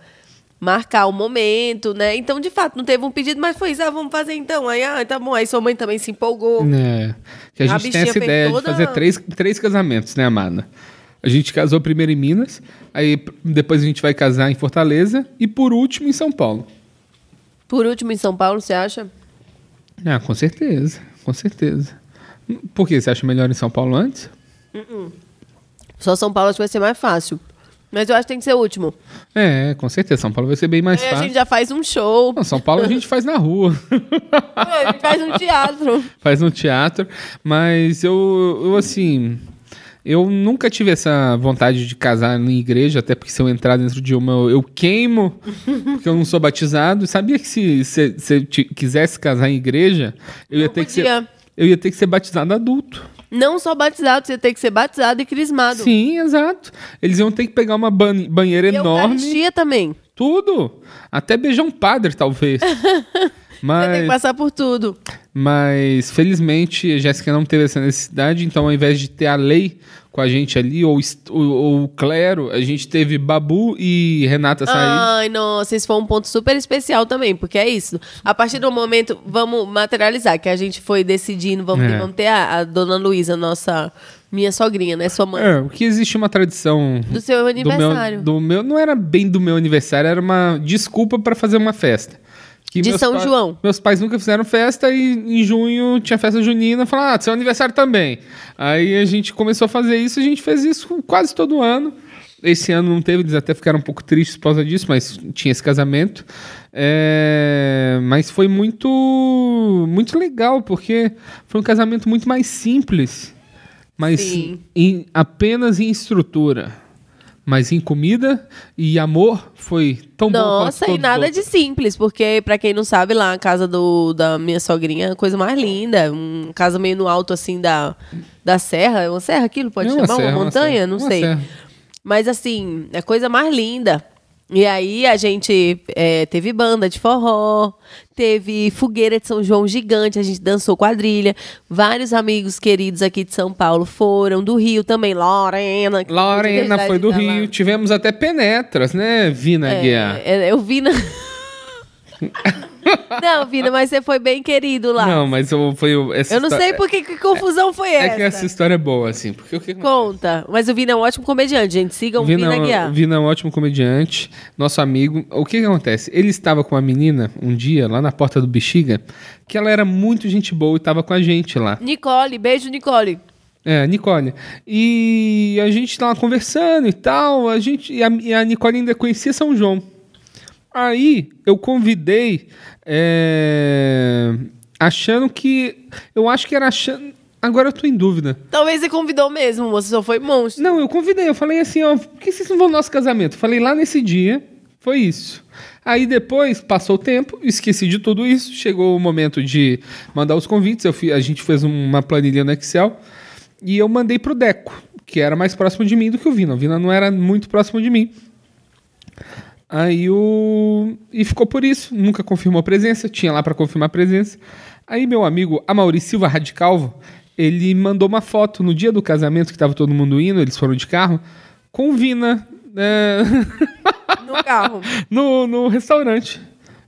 marcar o momento, né? Então, de fato, não teve um pedido, mas foi isso, ah, vamos fazer então. Aí, ah, tá bom. Aí sua mãe também se empolgou.
É. Que a
A
gente tem
bichinha
essa
fez
ideia de
toda-
fazer três, três casamentos, né, Amada? A gente casou primeiro em Minas, aí p- depois a gente vai casar em Fortaleza e por último em São Paulo.
Por último, em São Paulo, você acha?
Ah, com certeza, com certeza. Por quê? Você acha melhor em São Paulo antes?
Só São Paulo acho que vai ser mais fácil. Mas eu acho que tem que ser o último.
É, com certeza. São Paulo vai ser bem mais
Aí a
fácil.
gente já faz um show,
Não, São Paulo a gente faz na rua. <laughs>
a gente faz um teatro.
faz no teatro, mas eu, eu assim, eu nunca tive essa vontade de casar em igreja, até porque se eu entrar dentro de uma, eu, eu queimo, porque eu não sou batizado. Sabia que se se, se eu ti- quisesse casar em igreja, eu ia
Não
ter que ser
podia.
eu ia ter que ser batizado adulto.
Não só batizado, você tem que ser batizado e crismado.
Sim, exato. Eles iam ter que pegar uma ban- banheira
E
enorme,
Eucaristia também.
tudo, até beijar um
<laughs>
padre talvez.
Você tem que
Mas
passar por tudo.
Mas, felizmente, a Jéssica não teve essa necessidade, então, ao invés de ter a lei com a gente ali, ou, est- ou- ou o clero, a gente teve Babu e Renata Said.
Ai, nossa, esse foi um ponto super especial também, porque é isso. A partir do momento, vamos materializar, que a gente foi decidindo, vamos,
É.
vamos ter a, a dona Luísa, nossa, minha sogrinha, né? Sua mãe.
É, porque existe uma tradição. né?
Do seu aniversário.
Do É. meu, do meu- não era bem do meu aniversário, era uma desculpa para fazer uma festa. Que
De
meus
São
pa-
João.
Meus pais nunca fizeram festa e em junho tinha festa junina. Falaram, ah, seu aniversário também. Aí a gente começou a fazer isso, a gente fez isso quase todo ano. Esse ano não teve, eles até ficaram um pouco tristes por causa disso, mas tinha esse casamento. É, Mas foi muito, muito legal, porque foi um casamento muito mais simples. Mas
Sim.
em- apenas em estrutura. Mas em comida e amor foi tão bom. quanto
Nossa, e
todos os
nada
outros.
de simples, porque pra quem não sabe, lá a casa do, da minha sogrinha é a coisa mais linda. Um casa meio no alto, assim, da, da serra. É uma serra aquilo? Pode
É uma
chamar?
serra, uma
uma montanha?
serra,
não
uma
sei.
serra.
Mas, assim, é a coisa mais linda. E aí a gente é, teve banda de forró, teve fogueira de São João gigante, a gente dançou quadrilha. Vários amigos queridos aqui de São Paulo foram, do Rio também, Lorena. que de
Lorena
verdade
foi do
tá lá.
Rio. Tivemos até penetras, né, Vina Guiar?
É, eu
<laughs>
vi na. não, Vina, mas você foi bem querido lá.
Não, mas eu, foi o- essa
eu não
histó-
sei por que, que confusão foi
É
essa.
que essa história é boa, assim. Porque o que
Conta. Mas o Vina é um ótimo comediante, gente. Sigam o Vina,
é um-
Guiar.
Vina é um ótimo comediante, nosso amigo. O que, que acontece? Ele estava com uma menina um dia lá na porta do Bexiga, que ela era muito gente boa e estava com a gente lá.
Nicole, beijo, Nicole.
É, Nicole. E a gente tava conversando e tal, a gente e a, e a Nicole ainda conhecia São João. Aí eu convidei, é, achando que eu acho que era achando. Agora eu tô em dúvida.
Talvez você convidou mesmo, você só foi monstro.
Não, eu convidei, eu falei assim, ó, por que vocês não vão no nosso casamento? Eu Falei lá nesse dia, foi isso. Aí depois passou o tempo, esqueci de tudo isso, chegou o momento de mandar os convites, eu fi- a gente fez um, uma planilha no Excel e eu mandei pro Deco, que era mais próximo de mim do que o Vina. O Vina não era muito próximo de mim. Aí o. E ficou por isso. Nunca confirmou a presença, tinha lá para confirmar a presença. Aí meu amigo Amauri Silva Radicalvo, ele mandou uma foto no dia do casamento, que tava todo mundo indo, eles foram de carro, com o Vina né, <laughs>
No carro. <laughs>
no, no restaurante.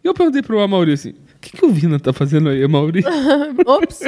E eu perguntei pro Amauri assim: o que, que o Vina tá fazendo aí, Amauri?
Ops.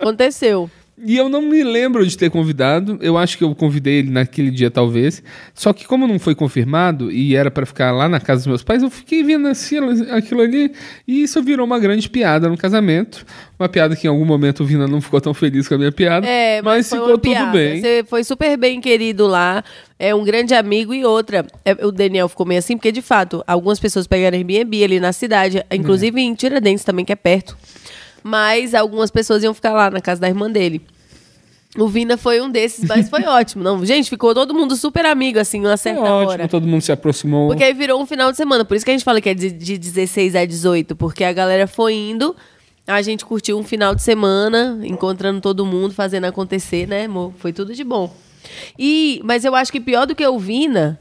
Aconteceu.
E eu não me lembro de ter convidado. Eu acho que eu convidei ele naquele dia, talvez. Só que, como não foi confirmado e era pra ficar lá na casa dos meus pais, eu fiquei vendo assim, aquilo ali. E isso virou uma grande piada no casamento. Uma piada que em algum momento o Vina não ficou tão feliz com a minha piada.
É, mas, foi
ficou
uma
tudo
piada.
bem.
Você foi super bem querido lá. É um grande amigo e outra. é, o Daniel ficou meio assim, porque de fato, algumas pessoas pegaram Airbnb ali na cidade, inclusive em Tiradentes também, que é perto. Mas algumas pessoas iam ficar lá na casa da irmã dele. O Vina foi um desses, mas foi <laughs> ótimo. Não, gente, ficou todo mundo super amigo, assim, uma
Foi
certa
ótimo,
hora.
todo mundo se aproximou.
Porque aí virou um final de semana. Por isso que a gente fala que é de, de 16 a 18. Porque a galera foi indo, a gente curtiu um final de semana, encontrando todo mundo, fazendo acontecer, né, amor? Foi tudo de bom. E, mas eu acho que pior do que o Vina.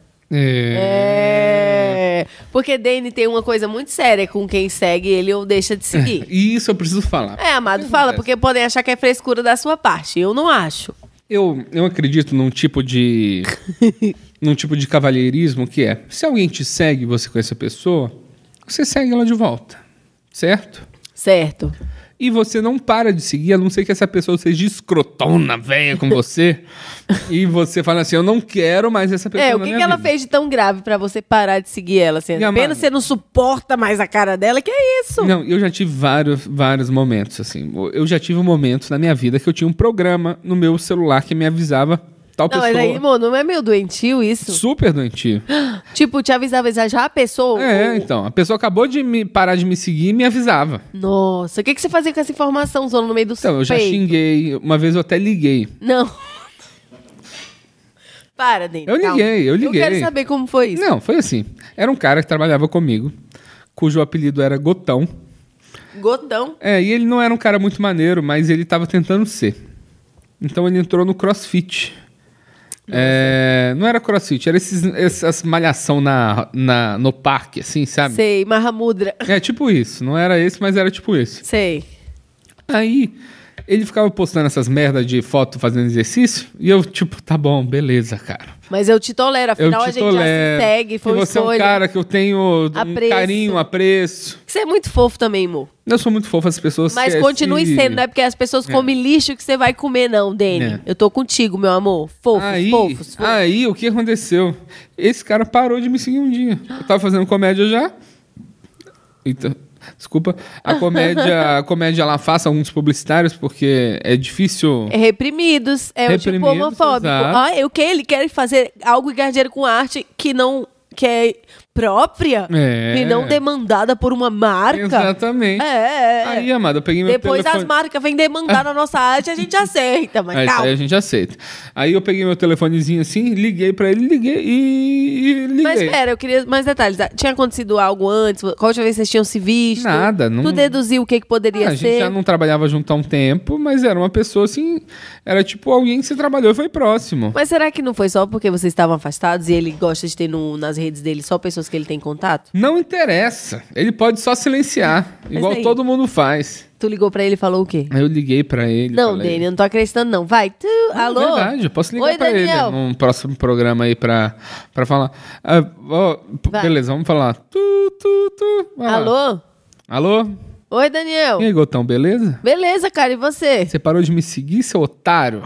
É. Porque Dane tem uma coisa muito séria com quem segue ele ou deixa de
<laughs>
seguir.
E isso eu preciso falar.
É, amado, fala, porque podem achar que é frescura da sua parte. Eu não acho.
Eu, eu acredito num
<laughs>
tipo de. num tipo de cavalheirismo que é: se alguém te segue, você com essa pessoa, você segue ela de volta. Certo?
Certo.
E você não para de seguir, a não ser que essa pessoa seja escrotona, velha
<laughs>
com você. e você fala assim: eu não quero mais essa pessoa.
É, o
na
que,
minha
que ela
vida.
fez de tão grave pra você parar de seguir ela? Assim,
Minha
apenas
amada.
você não suporta mais a cara dela, que é isso?
Não, eu já tive vários, vários momentos, assim. Eu já tive momentos na minha vida que eu tinha um programa no meu celular que me avisava tal
Não, mas
pessoa.
aí, mano, não é meio doentio isso?
Super doentio.
Tipo, te avisava já já a pessoa.
É,
ou-
então. A pessoa acabou de me parar de me seguir e me avisava.
Nossa, o que, que você fazia com essa informação, zona no meio do
Então, eu já
peito?
xinguei. Uma vez eu até liguei.
Não. Para, Dente.
Eu
calma.
liguei, eu liguei.
Eu quero saber como foi isso.
Não, foi assim. Era um cara que trabalhava comigo, cujo apelido era Gotão.
Gotão.
É, e ele não era um cara muito maneiro, mas ele tava tentando ser. Então ele entrou no crossfit. É, não era crossfit, era esses, essas malhação na, na, no parque, assim, sabe?
Sei, Mahamudra.
É tipo isso. Não era esse, mas era tipo isso.
Sei.
Aí ele ficava postando essas merdas de foto fazendo exercício e eu, tipo, tá bom, beleza, cara.
Mas eu te tolero,
Eu
afinal a
te
gente já
tolero.
se segue, foi
e
uma
você é um
escolha.
cara que eu tenho um
Apreço.
carinho, apreço.
Você é muito fofo também, amor.
Eu sou muito fofo, as pessoas.
Mas
se-
continue
se-
sendo, não é porque as pessoas comem lixo que você vai comer, não, Dene.
É.
Eu tô contigo, meu amor. Fofos,
Aí,
fofos, fofos.
aí, o que aconteceu? Esse cara parou de me seguir um dia. Eu tava fazendo comédia já. Eita, desculpa. A
<laughs>
comédia, a comédia lá faça alguns publicitários, porque é difícil.
É Reprimidos, é o tipo
Reprimidos,
homofóbico.
exato.
Ah, eu que ele quer fazer algo engadeiro com arte que não que é própria
É.
e não demandada por uma marca.
Exatamente.
É, é, é.
Aí, amada, eu peguei meu
Depois
telefone.
as marcas vêm demandar na nossa arte, a gente aceita, mas
É, isso
calma.
aí a gente aceita. Aí eu peguei meu telefonezinho assim, liguei pra ele, liguei e, e liguei.
Mas é, pera, eu queria mais detalhes. Ah, Tinha acontecido algo antes? Qual a última vez vocês tinham se visto?
Nada, não-
Tu deduziu o que, que poderia
Ah, a
ser?
gente já não trabalhava junto há um tempo, mas era uma pessoa assim, era tipo alguém que você trabalhou e foi próximo.
Mas será que não foi só porque vocês estavam afastados e ele gosta de ter no- nas redes dele só pessoas que ele tem contato?
Não interessa, ele pode só silenciar, igual
aí-
todo mundo faz.
Tu ligou pra ele e falou o quê?
Aí eu liguei pra ele.
Não,
falei,
Dani, eu não tô acreditando, não. Vai, tu, alô?
É verdade, eu posso ligar
Oi,
pra
Daniel.
ele num próximo programa aí pra, pra falar. Ah, ó, p-
Vai.
beleza, vamos falar. Tu, tu, tu. Vai lá.
Alô?
Alô?
Oi,
E
Daniel.
aí, Gotão, beleza?
Beleza, cara, e você?
Você parou de me seguir, seu otário?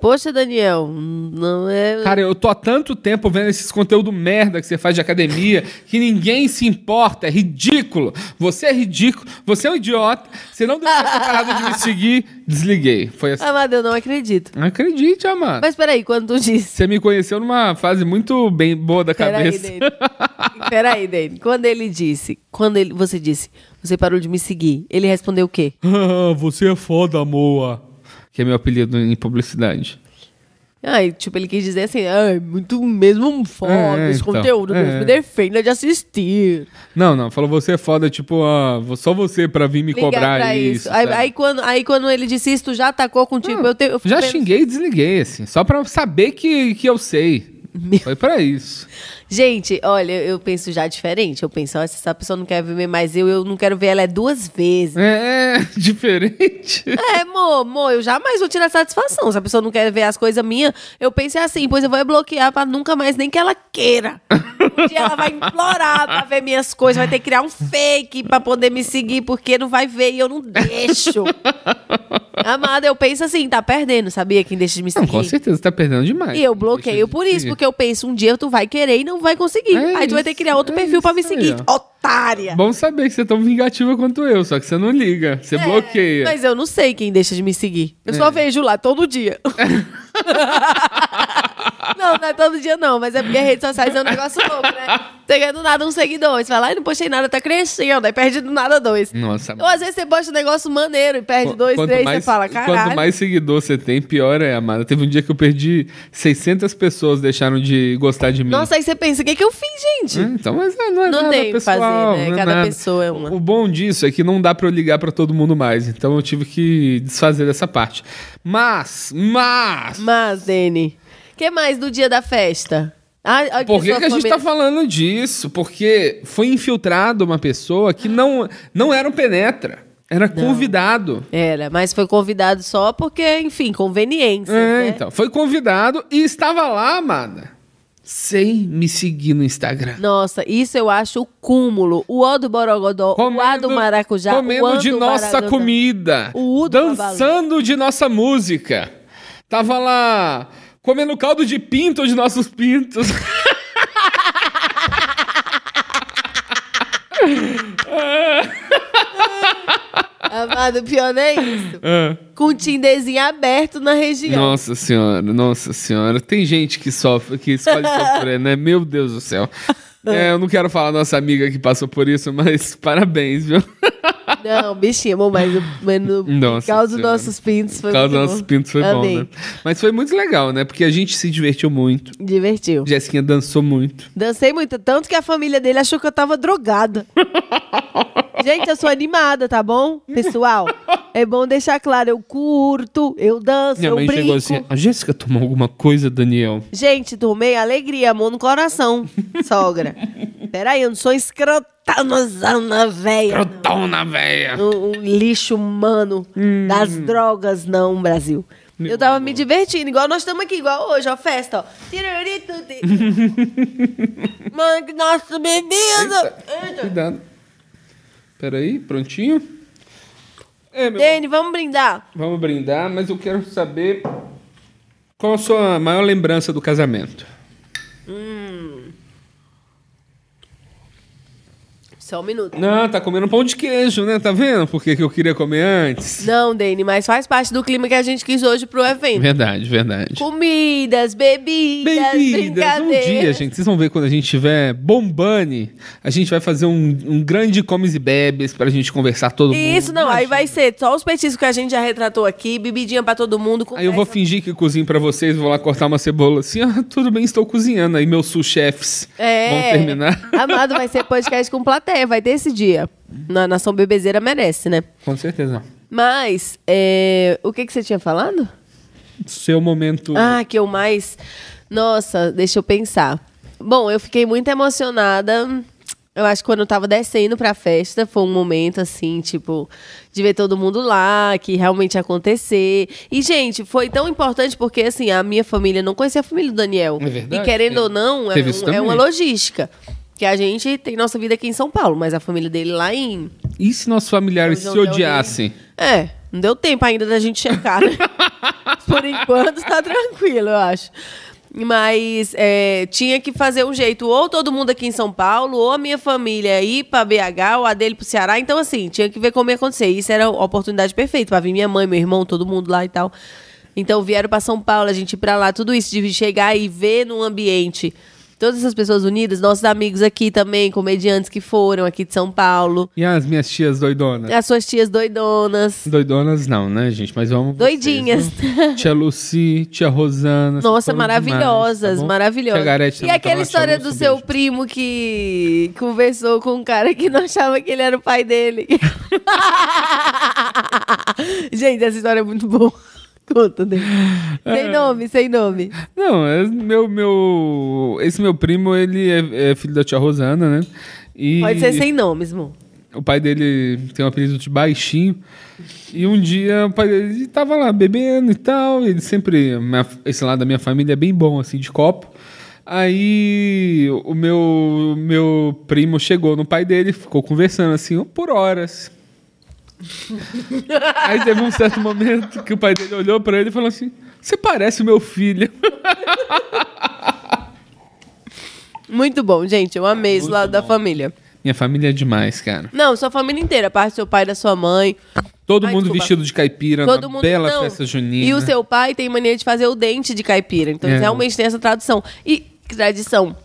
Poxa, Daniel, hum, não é.
Cara, eu tô há tanto tempo vendo esses conteúdos merda que você faz de academia, que ninguém se importa, é ridículo. Você é ridículo, você é um idiota, você não deveria ter parado de me seguir. Desliguei. Foi assim.
Amado, eu não acredito.
Não acredite, amado.
Mas peraí, quando tu disse.
Você me conheceu numa fase muito bem boa da
Peraí,
cabeça.
Dani. Peraí, Dani. Quando ele disse, quando ele, você disse, você parou de me seguir, ele respondeu o quê?
<laughs> Ah, você é foda, moa. Que é meu apelido em publicidade.
Ai, tipo, ele quis dizer assim, ah, é muito mesmo foda,
É, é,
esse
então.
conteúdo,
É,
Deus me
é.
defenda de assistir.
Não, não, falou você é foda, tipo, ah, só você pra vir me
Ligar
cobrar
pra
isso.
Aí,
sabe?
aí quando, aí quando ele disse isso, tu já atacou contigo. eu te, eu fico
Já
pensando-
assim, xinguei e desliguei, assim, só pra eu saber que, que eu sei. Foi pra isso.
Gente, olha, eu penso já diferente. Eu penso, ó, se essa pessoa não quer ver mais eu, eu não quero ver ela é duas vezes.
É, <laughs> é diferente.
É, amor, amor, eu jamais vou tirar satisfação. Se a pessoa não quer ver as coisas minhas, eu penso assim, pois eu vou bloquear pra nunca mais nem que ela queira. Um dia ela vai implorar pra ver minhas coisas, vai ter que criar um fake pra poder me seguir, porque não vai ver e eu não deixo. Amada, eu penso assim, tá perdendo, sabia? Quem deixa de me seguir.
Não, com certeza tá perdendo demais.
E eu
Deixa
bloqueio
de
por isso,
seguir.
porque eu penso, um dia tu vai querer e não vai conseguir.
É
aí tu vai ter
isso,
que criar outro
é
perfil pra me
isso aí,
seguir.
ó.
Otária!
Bom saber que você é tão vingativa quanto eu, só que você não liga, você
É,
bloqueia. É.
Mas eu não sei quem deixa de me seguir. Eu só vejo lá todo dia. não, não é todo dia não, mas é porque redes sociais é um negócio louco, né? Você ganha do nada um seguidor, aí você fala, ai, não postei nada, tá crescendo, aí perde do nada dois.
<laughs> Nossa,
Ou às vezes você posta um negócio maneiro e perde dois,
Quanto
três,
mais-
você fala, caralho.
Quanto mais seguidor você tem, pior é, Amada. Teve um dia que eu perdi 600 pessoas deixaram de gostar de mim.
Nossa, aí você pensa, o que, que eu fiz, gente?
É, Então, mas é, não é
Não
nada
tem o que
pessoal,
fazer, né?
não é
Cada
nada.
pessoa é uma.
O bom disso é que não dá pra eu ligar pra todo mundo mais. Então eu tive que desfazer dessa parte. Mas, mas...
Mas, Dene, o que mais do dia da festa? Ah, ah,
Por que,
sua
que a gente
família-
tá falando disso? Porque foi infiltrado uma pessoa que não, não era um penetra. Era convidado.
Era, mas foi convidado só porque, enfim, conveniência.
É,
né?
então. Foi convidado e estava lá, amada. Sem me seguir no Instagram.
Nossa, isso eu acho o cúmulo. O O do Borogodó, o A do Maracujá,
comendo
o An
de
do
nossa
Maradona.
comida.
O U do
dançando de nossa música. Tava lá comendo caldo de pinto de nossos pintos.
<laughs> Amado, pior não é isso.
Ah.
Com o Tinderzinho aberto na região.
Nossa senhora, nossa senhora. Tem gente que sofre, que escolhe sofrer, né? Meu Deus do céu. É, eu não quero falar da nossa amiga que passou por isso, mas <laughs> parabéns, viu?
Não, bichinho, bom, mas, o- mas no
<laughs>
por
Nossa
causa dos
Senhora.
nossos pintos foi
Por causa
muito
dos nossos
bom.
pintos foi
Amei.
bom, né? Mas foi muito legal, né? Porque a gente se divertiu muito.
Divertiu.
Jéssica dançou muito.
Dancei muito, tanto que a família dele achou que eu tava
<laughs>
drogada. Gente, eu sou animada, tá bom? Pessoal, é bom deixar claro, eu curto, eu danço,
Minha
eu
mãe
brinco.
chegou assim: a Jéssica tomou alguma coisa, Daniel?
Gente, tomei alegria, amor no coração,
<laughs>
sogra. Peraí, eu não sou escrotanozana, velha.
Crotona, véia!
Um, um lixo humano
Hum.
das drogas, não, Brasil. eu tava me divertindo, igual nós estamos aqui, igual hoje, ó,
<laughs>
festa, ó. Tiriritu, ti- Mano, que nossa bebida! Eita.
Cuidado. Peraí, prontinho? É, meu
Dene, vamos brindar.
Vamos brindar, mas eu quero saber qual a sua maior lembrança do casamento.
Só um minuto.
Não, tá comendo pão de queijo, né? Tá vendo por que que eu queria comer antes?
Não, Dene, mas faz parte do clima que a gente quis hoje pro evento.
Verdade, verdade.
Comidas, bebidas,
Bebidas, um
brincadeiras.
dia, gente, vocês vão ver quando a gente tiver bombane, a gente vai fazer um, um grande comes e bebes pra gente conversar todo mundo.
E Isso não, aí vai ser só os petiscos que a gente já retratou aqui, bebidinha pra todo mundo.
Aí eu vou fingir que cozinho pra vocês, vou lá cortar uma cebola assim, ah, tudo bem, estou cozinhando. Aí meus sous-chefs
É.
vão terminar.
<laughs> Amado, vai ser podcast com plateia, vai ter esse dia. Na Nação Bebezeira merece, né?
<laughs> Com certeza.
Mas, é, o que, que você tinha falado?
Seu momento.
Ah, que eu mais. Nossa, deixa eu pensar. Bom, eu fiquei muito emocionada. Eu acho que quando eu tava descendo pra festa, foi um momento assim, tipo, de ver todo mundo lá, que realmente ia acontecer. E, gente, foi tão importante porque, assim, a minha família não conhecia a família do Daniel.
É verdade,
E querendo
é.
ou não, é,
Teve isso
um- é uma
também.
logística. Que a gente tem nossa vida aqui em São Paulo, mas a família dele lá em.
E se nossos familiares
São
se
João del Rei.
odiassem?
É, não deu tempo ainda da gente checar.
<laughs>
né? Por enquanto está tranquilo, eu acho. Mas é, tinha que fazer um jeito, ou todo mundo aqui em São Paulo, ou a minha família ir para BH, ou a dele para Ceará. Então, assim, tinha que ver como ia acontecer. Isso era a oportunidade perfeita para vir minha mãe, meu irmão, todo mundo lá e tal. Então, vieram para São Paulo, a gente ir para lá, tudo isso, de chegar e ver num ambiente. Todas essas pessoas unidas, nossos amigos aqui também, comediantes que foram aqui de São Paulo,
E as minhas tias doidonas?
as suas tias doidonas.
Doidonas não, né, gente? Mas vamos. né?
Doidinhas.
tia Lucy, tia Rosana.
<laughs> Nossa,
foram demais,
maravilhosas,
tá bom?
maravilhosas.
Tia Garete
e
também
aquela
tava lá,
história
tia
do
Lúcia,
seu
beijo.
primo que conversou com um cara que não achava que ele era o <laughs> pai dele. Gente, essa história é muito boa. <laughs> Conta, Dê.
É.
Sem nome, sem nome.
Não, é meu, meu, esse meu primo, ele é, é filho da tia Rosana, né? E
Pode ser sem nomes, amor.
O pai dele tem um apelido de baixinho. E um dia o pai dele tava lá bebendo e tal. Ele sempre. minha- esse lado da minha família é bem bom, assim, de copo. Aí o meu, meu primo chegou no pai dele, ficou conversando assim
<laughs>
por horas. Aí teve um certo momento que o pai dele olhou pra ele e falou assim: Você parece o meu filho. <laughs>
Muito bom, gente. Eu amei esse lado da família.
Minha família é demais, cara.
Não, sua família inteira. A parte do seu pai, da sua mãe.
Todo
Ai,
mundo
desculpa.
vestido de caipira,
Todo
uma
mundo
bela
não.
festa junina.
E o seu pai tem mania de fazer o dente de caipira. Então,
É.
realmente tem essa tradução. E tradição.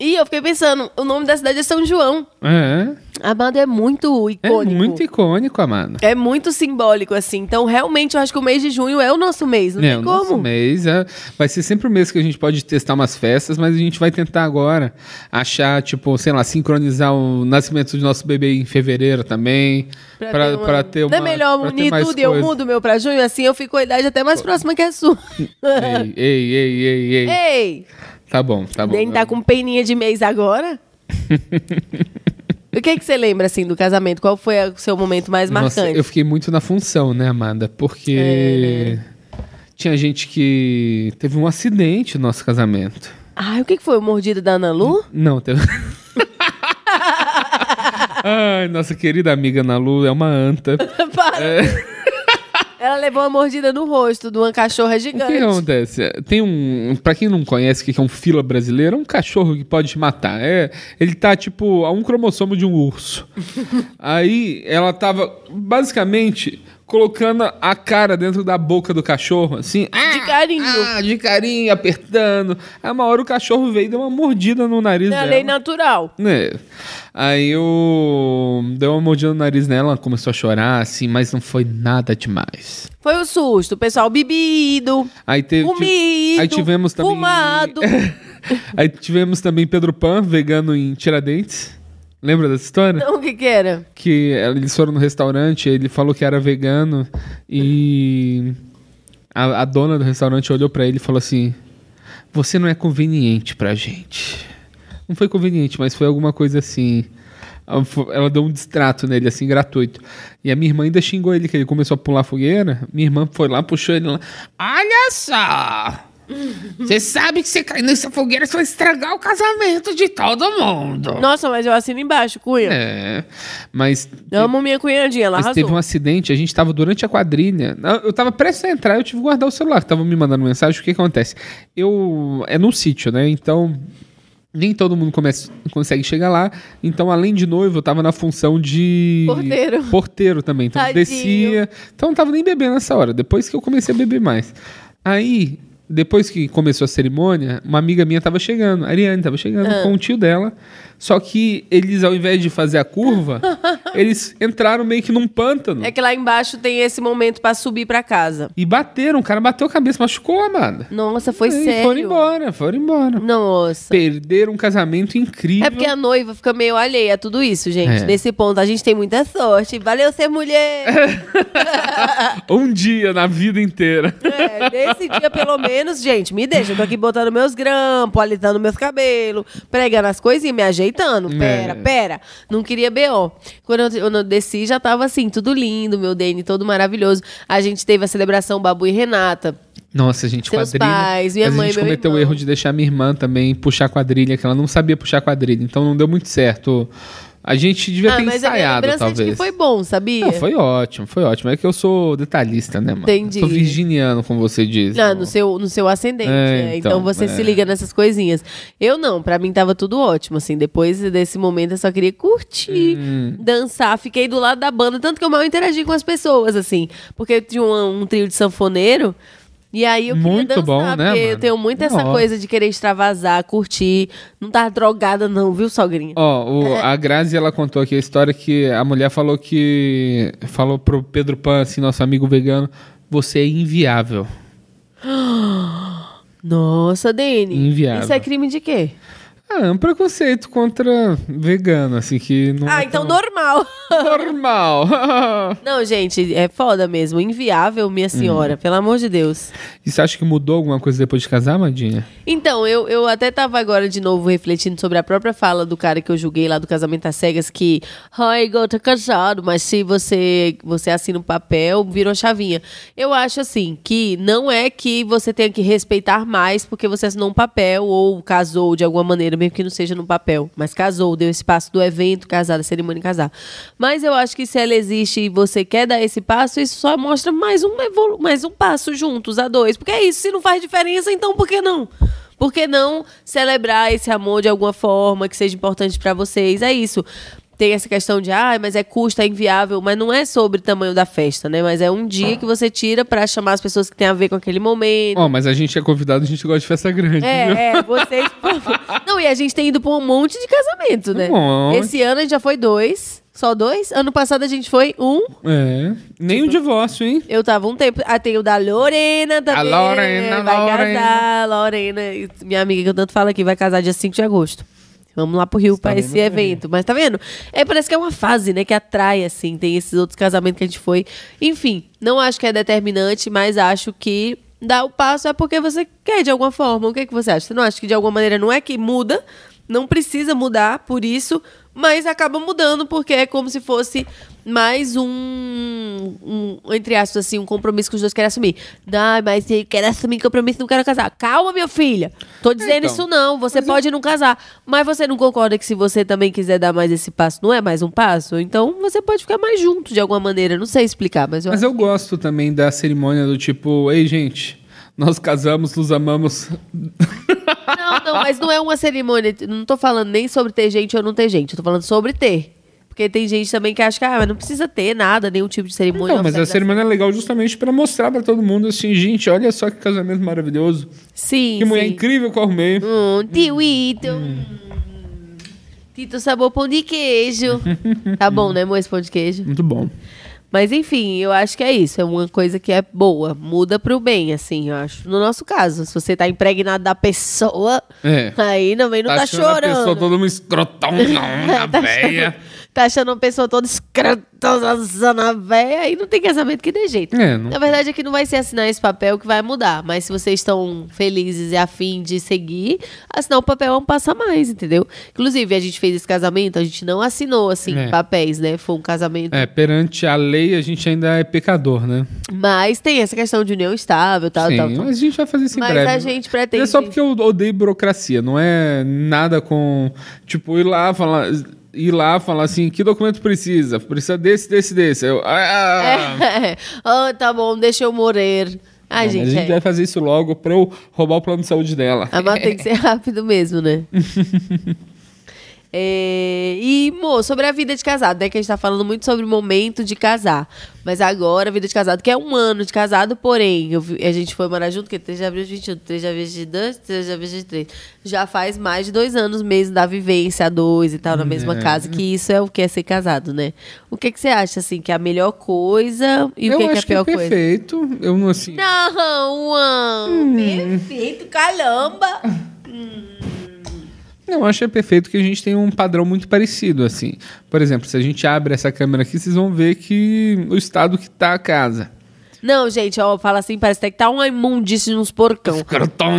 E eu fiquei pensando, o nome da cidade é São João.
É.
A banda é muito
É
icônico.
muito icônico, Amanda.
É muito simbólico, assim. Então, realmente, eu acho que o mês de junho é o nosso mês. Não
É,
tem
o
como.
nosso mês é- vai ser sempre o mês que a gente pode testar umas festas, mas a gente vai tentar agora achar, tipo, sei lá, sincronizar o nascimento do nosso bebê em fevereiro também. Pra, pra ter,
um-
uma.
Não é melhor
pra ter
unir
mais
tudo e eu
coisa.
mudo o meu pra junho? Assim eu fico com a idade até mais próxima que a sua.
Ei, ei, ei, ei, <laughs> ei.
Ei!
Tá bom, tá bom.
É. Nem tá com peninha de mês
<laughs>
agora? o que que você lembra, assim, do casamento? Qual foi a- o seu momento mais
Nossa,
marcante? É.
eu fiquei muito na função, né, Amanda? Porque tinha gente que teve um acidente no nosso casamento.
Ai, o que que foi? O mordido da Ana Lu? <laughs>
Não, teve. Ai, nossa querida amiga Nalu <laughs> é uma anta.
Para! Ela levou uma mordida no rosto de uma cachorra
O que é
gigante.
acontece? Tem um. Pra quem não conhece o que é um fila brasileiro, é um cachorro que pode te matar. É, ele tá tipo a um cromossomo de um urso. Aí ela tava basicamente colocando a cara dentro da boca do cachorro, assim. Ah,
De carinho.
ah, de carinho, apertando. Aí uma hora o cachorro veio e deu uma mordida no nariz
é a
dela.
lei natural.
né? Aí eu dei uma mordida no nariz nela, ela começou a chorar, assim, mas não foi nada demais.
Foi o susto, o pessoal bebido,
Aí teve.
comido,
aí tivemos também. <laughs>
fumado.
aí tivemos também Pedro Pan, vegano em Tiradentes. Lembra dessa história?
Então, o que que era?
Que eles foram no restaurante, ele falou que era vegano e a, a dona do restaurante olhou pra ele e falou assim: Você não é conveniente pra gente. Não foi conveniente, mas foi alguma coisa assim. Ela fo- Ela deu um distrato nele, assim, gratuito. E a minha irmã ainda xingou ele, que ele começou a pular fogueira. Minha irmã foi lá, puxou ele lá. Olha só! Você sabe que você cair nessa fogueira, você vai estragar o casamento de todo mundo.
Nossa, mas eu assino embaixo, Cunha.
É, mas
Eu amo minha cunhadinha, ela
mas
arrasou.
teve um acidente, a gente tava durante a quadrilha. Eu- Eu tava prestes a entrar, eu tive que guardar o celular, tava me mandando mensagem. O que acontece? Eu. É num sítio, né? Então. Nem todo mundo comece- consegue chegar lá. Então, além de noivo, eu tava na função de.
Porteiro.
Porteiro também. Então, eu
Tadinho.
descia. Então, eu não tava nem bebendo nessa hora. Depois que eu comecei a beber mais. Aí. Depois que começou a cerimônia, uma amiga minha tava chegando, a Ariane tava chegando
Ah.
com o tio dela. Só que eles, ao invés de fazer
<laughs>
a curva, eles entraram meio que num pântano
É que lá embaixo tem esse momento pra subir pra casa.
e bateram. O cara bateu a cabeça, machucou, amada.
Nossa, foi
e
sério.
foram embora, foram embora.
Nossa.
Perderam um casamento incrível.
É porque a noiva fica meio alheia a tudo isso, gente.
É.
Nesse ponto, a gente tem muita sorte. Valeu ser mulher!
Um dia na vida inteira.
É, nesse dia, pelo menos, gente, me deixa. Eu tô aqui botando meus grampos, alitando meus cabelos, pregando as coisinhas, me ajeitando. Pera,
É.
pera. Não queria B.O. Quando eu, eu não desci, já tava assim, tudo lindo, meu DNA todo maravilhoso. A gente teve a celebração Babu e Renata.
Nossa, gente,
Seus
quadrilha.
pais, minha
mas
mãe,
a gente
meu
cometeu o
irmão.
erro de deixar minha irmã também puxar quadrilha, que ela não sabia puxar quadrilha. Então não deu muito certo. A gente devia ter
Ah, mas a minha
ensaiado,
lembrança
talvez.
é de que foi bom, sabia?
Não, foi ótimo, foi ótimo. É que eu sou detalhista, né, mano?
Entendi.
Sou virginiano, como você diz.
Ah, no seu, no seu ascendente,
É,
né? Então,
então,
você
é.
se liga nessas coisinhas. Eu não, pra mim tava tudo ótimo, assim. Depois desse momento eu só queria curtir,
Hum.
dançar. Fiquei do lado da banda, tanto que eu mal interagi com as pessoas, assim. Porque tinha um, um trio de sanfoneiro. E aí eu queria
Muito
dançar,
bom, né,
porque eu
mano?
tenho muito essa
Nossa.
coisa de querer extravasar, curtir. Não tá drogada, não, viu, sogrinha?
Ó,
É.
o- a Grazi, ela contou aqui a história que a mulher falou que... Falou pro Pedro Pan, assim, nosso amigo vegano, você é inviável.
Nossa, Dene.
Inviável.
Isso é crime de quê?
Ah, é um preconceito contra vegano, assim, que não.
Ah,
é
então
tão
normal. <laughs>
normal. <laughs>
Não, gente, é foda mesmo. Inviável,
Hum.
minha senhora. Pelo amor de Deus.
e você acha que mudou alguma coisa depois de casar, Madinha?
Então, eu, eu até tava agora de novo refletindo sobre a própria fala do cara que eu julguei lá do Casamento às Cegas, que, ai, igual tá casado, mas se você, você assina um papel, virou chavinha. Eu acho, assim, que não é que você tenha que respeitar mais porque você assinou um papel ou casou de alguma maneira, mesmo que não seja no papel, mas casou, deu esse passo do evento, casar, da cerimônia, casar. Mas eu acho que se ela existe e você quer dar esse passo, isso só mostra mais um, evolu- mais um passo juntos, a dois. Porque é isso, se não faz diferença, então por que não? Por que não celebrar esse amor de alguma forma que seja importante pra vocês? É isso. Tem essa questão de, ah, mas é custo, é inviável, mas não é sobre o tamanho da festa, né? Mas é um dia que você tira pra chamar as pessoas que têm a ver com aquele momento.
Ó, mas a gente é convidado, a gente gosta de festa grande. viu?
É, é,
<laughs>
vocês. por favor. Não, e a gente tem ido pra um monte de casamento, né?
Um monte.
Esse ano a gente já foi dois, só dois. Ano passado a gente foi um.
É. Nem
Tipo,
o divórcio, hein?
Eu tava um tempo. Ah, tem o da Lorena também.
A Lorena,
vai
Lorena.
casar, a Lorena. Minha amiga que eu tanto falo aqui vai casar dia 5 de agosto. Vamos lá pro Rio pra
vendo,
esse
né?
evento. Mas tá vendo? É, parece que é uma fase, né? Que atrai, assim. Tem esses outros casamentos que a gente foi. Enfim, não acho que é determinante, mas acho que dar o passo é porque você quer de alguma forma. O que, que você acha? Você não acha que de alguma maneira não é que muda? Não precisa mudar por isso, mas acaba mudando porque é como se fosse mais um, um, entre aspas, assim, um compromisso que os dois querem assumir. Não, mas se quer assumir compromisso, não quero casar. Calma, minha filha. Tô dizendo
Então.
isso não, você pode não casar. Mas você não concorda que se você também quiser dar mais esse passo, não é mais um passo? Então você pode ficar mais junto de alguma maneira. Não sei explicar, mas eu
Mas eu gosto também da cerimônia do tipo, ei, gente, nós casamos, nos amamos.
Não, não, mas não é uma cerimônia. Não tô falando nem sobre ter gente ou não ter gente. Eu tô falando sobre ter. Porque tem gente também que acha que ah, mas não precisa ter nada, nenhum tipo de cerimônia.
Não, mas a
oficialização.
cerimônia é legal justamente pra mostrar pra todo mundo assim, gente, olha só que casamento maravilhoso.
Sim,
Que mulher
sim.
incrível que eu arrumei.
Hum, tio Ito. Hum. Tito sabor pão de
<laughs>
queijo. tá bom, né, amor, esse pão de queijo?
Muito bom.
Mas enfim, eu acho que é isso. É uma coisa que é boa. Muda pro bem, assim, eu acho. No nosso caso, se você tá impregnado da pessoa,
É.
aí também não tá,
achando a pessoa
chorando.
toda uma
<laughs>
escrotão, não, na
tá,
veia.
achando, tá achando uma pessoa toda escrotosona véia aí não tem casamento que dê jeito.
É, não-
Na verdade é que não vai ser assinar esse papel que vai mudar, mas se vocês estão felizes e afim de seguir, assinar o papel é um passo a mais, entendeu? Inclusive, a gente fez esse casamento, a gente não assinou, assim,
É.
papéis, né? Foi um casamento.
É, perante a lei a gente ainda é pecador, né?
Mas tem essa questão de união estável, tal,
Sim,
tal, tal.
mas a gente vai fazer isso em
Tá, Mas
breve.
a gente pretende.
É só porque eu odeio burocracia, não é nada com. Tipo, ir lá falar. Ir lá falar assim, que documento precisa? Precisa desse, desse, desse. Eu, ah,
<laughs> É. <laughs> Ah, tá bom, deixa eu morrer. Ai,
Não, mas
gente,
a gente
é. Ah,
vai fazer isso logo pra eu roubar o plano de saúde dela.
A mata tem que ser rápido mesmo,
<laughs>
né? É, e, mo, sobre a vida de casado, né? Que a gente tá falando muito sobre o momento de casar. Mas agora, a vida de casado, que é um ano de casado, porém, eu vi- a gente foi morar junto, que é 3 de abril de 21, 3 de abril de 22, 3 de abril de 3. Já faz mais de dois anos mesmo da vivência a dois e tal, na mesma casa, que isso é o que é ser casado, né? O que, que você acha, assim, que é a melhor coisa e o
eu
que, que é a
acho que
pior
é
coisa?
perfeito. Hum. Eu não assim.
Não, Juan. Perfeito, caramba.
<laughs> Não, eu acho que é perfeito que a gente tem um padrão muito parecido, assim. Por exemplo, se a gente abre essa câmera aqui, vocês vão ver que o estado que tá a casa.
Não, gente, ó, fala assim, parece até que tá uma imundice nos porcão.
Escrotão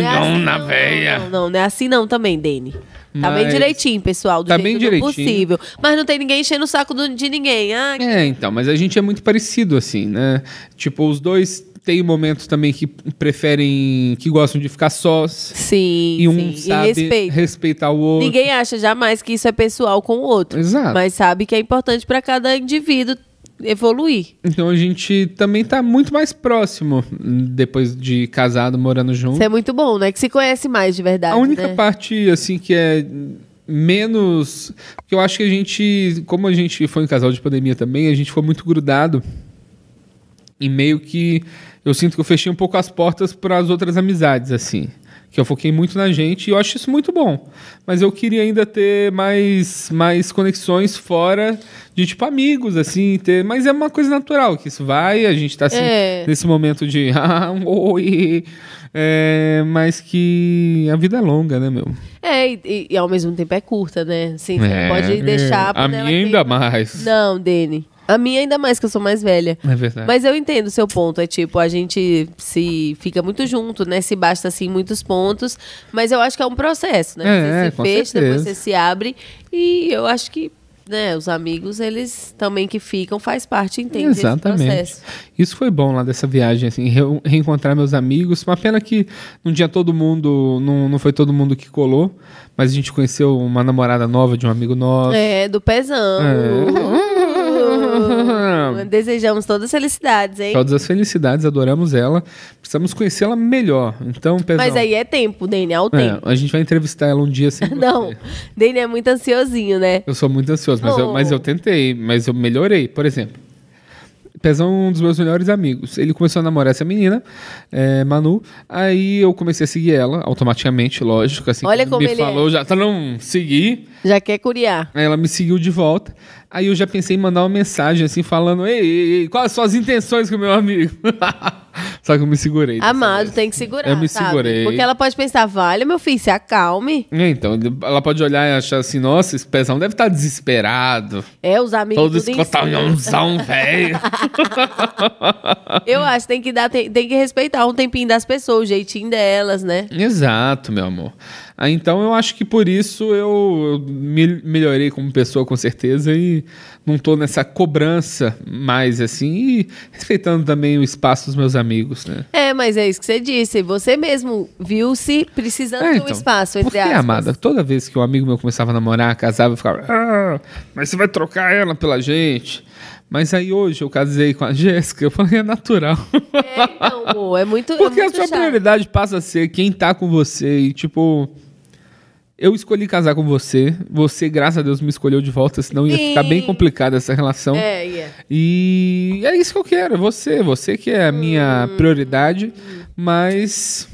Não é assim,
na
não,
veia.
Não, não, não é assim não também, Dani. Tá bem
Mas-
direitinho, pessoal, do
Tá
jeito
bem
do
direitinho.
possível. Mas não tem ninguém enchendo o saco do- de ninguém. Ah,
É, então, mas a gente é muito parecido, assim, né? Tipo, os dois têm momentos também que preferem, que gostam de ficar sós.
Sim,
E um
sim.
sabe
e respeito.
respeitar o outro.
Ninguém acha jamais que isso é pessoal com o outro.
Exato.
Mas sabe que é importante pra cada indivíduo evoluir.
Então a gente também tá muito mais próximo hum, depois de casado, morando junto.
Isso é muito bom, né? Que se conhece mais de verdade,
Uhum. A única
né?
parte, assim, que é menos. Que eu acho que a gente. Como a gente foi um casal de pandemia também, a gente foi muito grudado. E meio que. Eu sinto que eu fechei um pouco as portas para as outras amizades, assim. Que eu foquei muito na gente e eu acho isso muito bom. Mas eu queria ainda ter mais, mais conexões fora de, tipo, amigos, assim. Ter... Mas é uma coisa natural que isso vai, a gente tá assim,
É.
nesse momento de. <laughs> Ah, oi. É, mas que a vida é longa, né, meu?
É, e- e, e ao mesmo tempo é curta, né? Assim, você
É.
não pode deixar... pra
A minha
ela
ainda
ter-
mais.
Não, Dene. A minha ainda mais, que eu sou mais velha.
É verdade.
Mas eu entendo o seu ponto. É tipo, a gente se fica muito junto, né? Se basta, assim, muitos pontos. Mas eu acho que é um processo, né?
É,
você se
com
fecha, depois
certeza.
você se abre. E eu acho que, né, os amigos, eles também que ficam, faz parte, entende
Exatamente.
esse processo.
Isso foi bom lá dessa viagem, assim, reu- reencontrar meus amigos. Uma pena que não tinha todo mundo, não, não foi todo mundo que colou, mas a gente conheceu uma namorada nova de um amigo nosso. <laughs>
É, do pezão. <laughs>
É.
Desejamos todas as felicidades, hein?
Todas as felicidades, adoramos ela. Precisamos conhecê-la melhor. Então, pezão,
Mas aí é tempo, Dene, é o
é,
tempo. <laughs>
a gente vai entrevistar ela um dia sem
Não,
você.
Dene é muito ansiosinho, né?
Eu sou muito ansioso, mas, eu,
Oh.
mas eu tentei, mas eu melhorei. Por exemplo, Pezão é um dos meus melhores amigos. Ele começou a namorar essa menina, é, Manu. Aí eu comecei a seguir ela, automaticamente, lógico. Assim,
Olha
quando
como
me
ele é.
falou, já tá não segui.
Já quer curiar.
Aí ela me seguiu de volta. Aí eu já pensei em mandar uma mensagem assim, falando: Ei, ei, ei quais são as intenções com o meu amigo? <laughs> Só que eu me segurei. dessa
Amado,
vez.
tem que segurar.
Eu me
sabe?
segurei.
Porque ela pode pensar, vale, meu filho, se acalme.
É, Então, ela pode olhar e achar assim: Nossa, esse pezão deve estar desesperado.
É, os amigos.
Todo
tudo em cima.
escotalhãozão, velho.
Eu acho, tem que dar, tem, tem que respeitar um tempinho das pessoas, o jeitinho delas, né?
<laughs> Exato, meu amor. Ah, então eu acho que por isso eu, eu me- melhorei como pessoa com certeza e não tô nessa cobrança mais assim e respeitando também o espaço dos meus amigos, né?
É, mas é isso que você disse. Você mesmo viu-se precisando
É,
de um espaço entre
porque,
aspas.
amada, toda vez que um amigo meu começava a namorar, casava, eu ficava, ah, mas você vai trocar ela pela gente. Mas aí hoje eu casei com a <laughs> Jéssica, eu falei, é natural.
É, então, amor, é muito.
Porque
é
a
muito
sua
chato.
prioridade passa a ser quem tá com você e, tipo. Eu escolhi casar com você. Você, graças a Deus, me escolheu de volta, senão ia ficar bem
Sim.
complicada essa relação.
É, yeah.
E é isso que eu quero, é você. Você que é a minha
Hum.
prioridade, mas.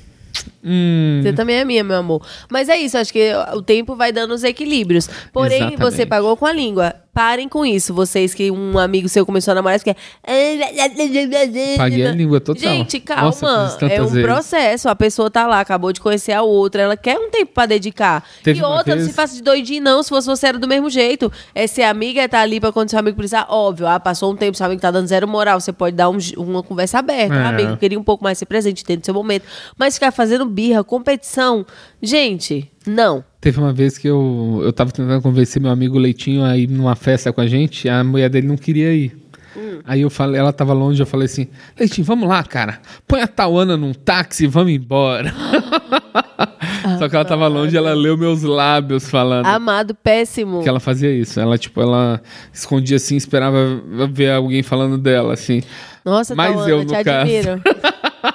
Hum,
Você também é minha, meu amor. Mas é isso, acho que o tempo vai dando os equilíbrios. Porém,
Exatamente.
você pagou com a língua. Parem com isso, vocês que um amigo seu começou a namorar, "Ah, fica.
paguei a língua total.
Gente, calma.
Nossa, eu fiz isso tantas
é um
vezes.
processo. A pessoa tá lá, acabou de conhecer a outra, ela quer um tempo pra dedicar.
Teve
e
uma
outra,
vez-
não se faça de doidinho, não. Se fosse você, era do mesmo jeito. É ser amiga, é tá ali pra quando seu amigo precisar. Óbvio, ah, passou um tempo, seu amigo tá dando zero moral. Você pode dar um j- uma conversa aberta.
É.
Ah, amigo, eu queria um pouco mais ser presente dentro do seu momento. Mas ficar fazendo birra, competição. Gente, não.
Teve uma vez que eu, eu tava tentando convencer meu amigo Leitinho a ir numa festa com a gente, a mulher dele não queria ir. Aí eu falei, ela tava longe, eu falei assim: Leitinho, vamos lá, cara. Põe a Tauana num táxi e vamos embora. <laughs> Só que ela tava longe, ela leu meus lábios falando.
Amado, péssimo.
Que ela fazia isso. Ela, tipo, ela escondia assim, esperava ver alguém falando dela, assim.
Nossa,
Mas
Tauana,
eu, no
te
caso. <laughs>
admiro.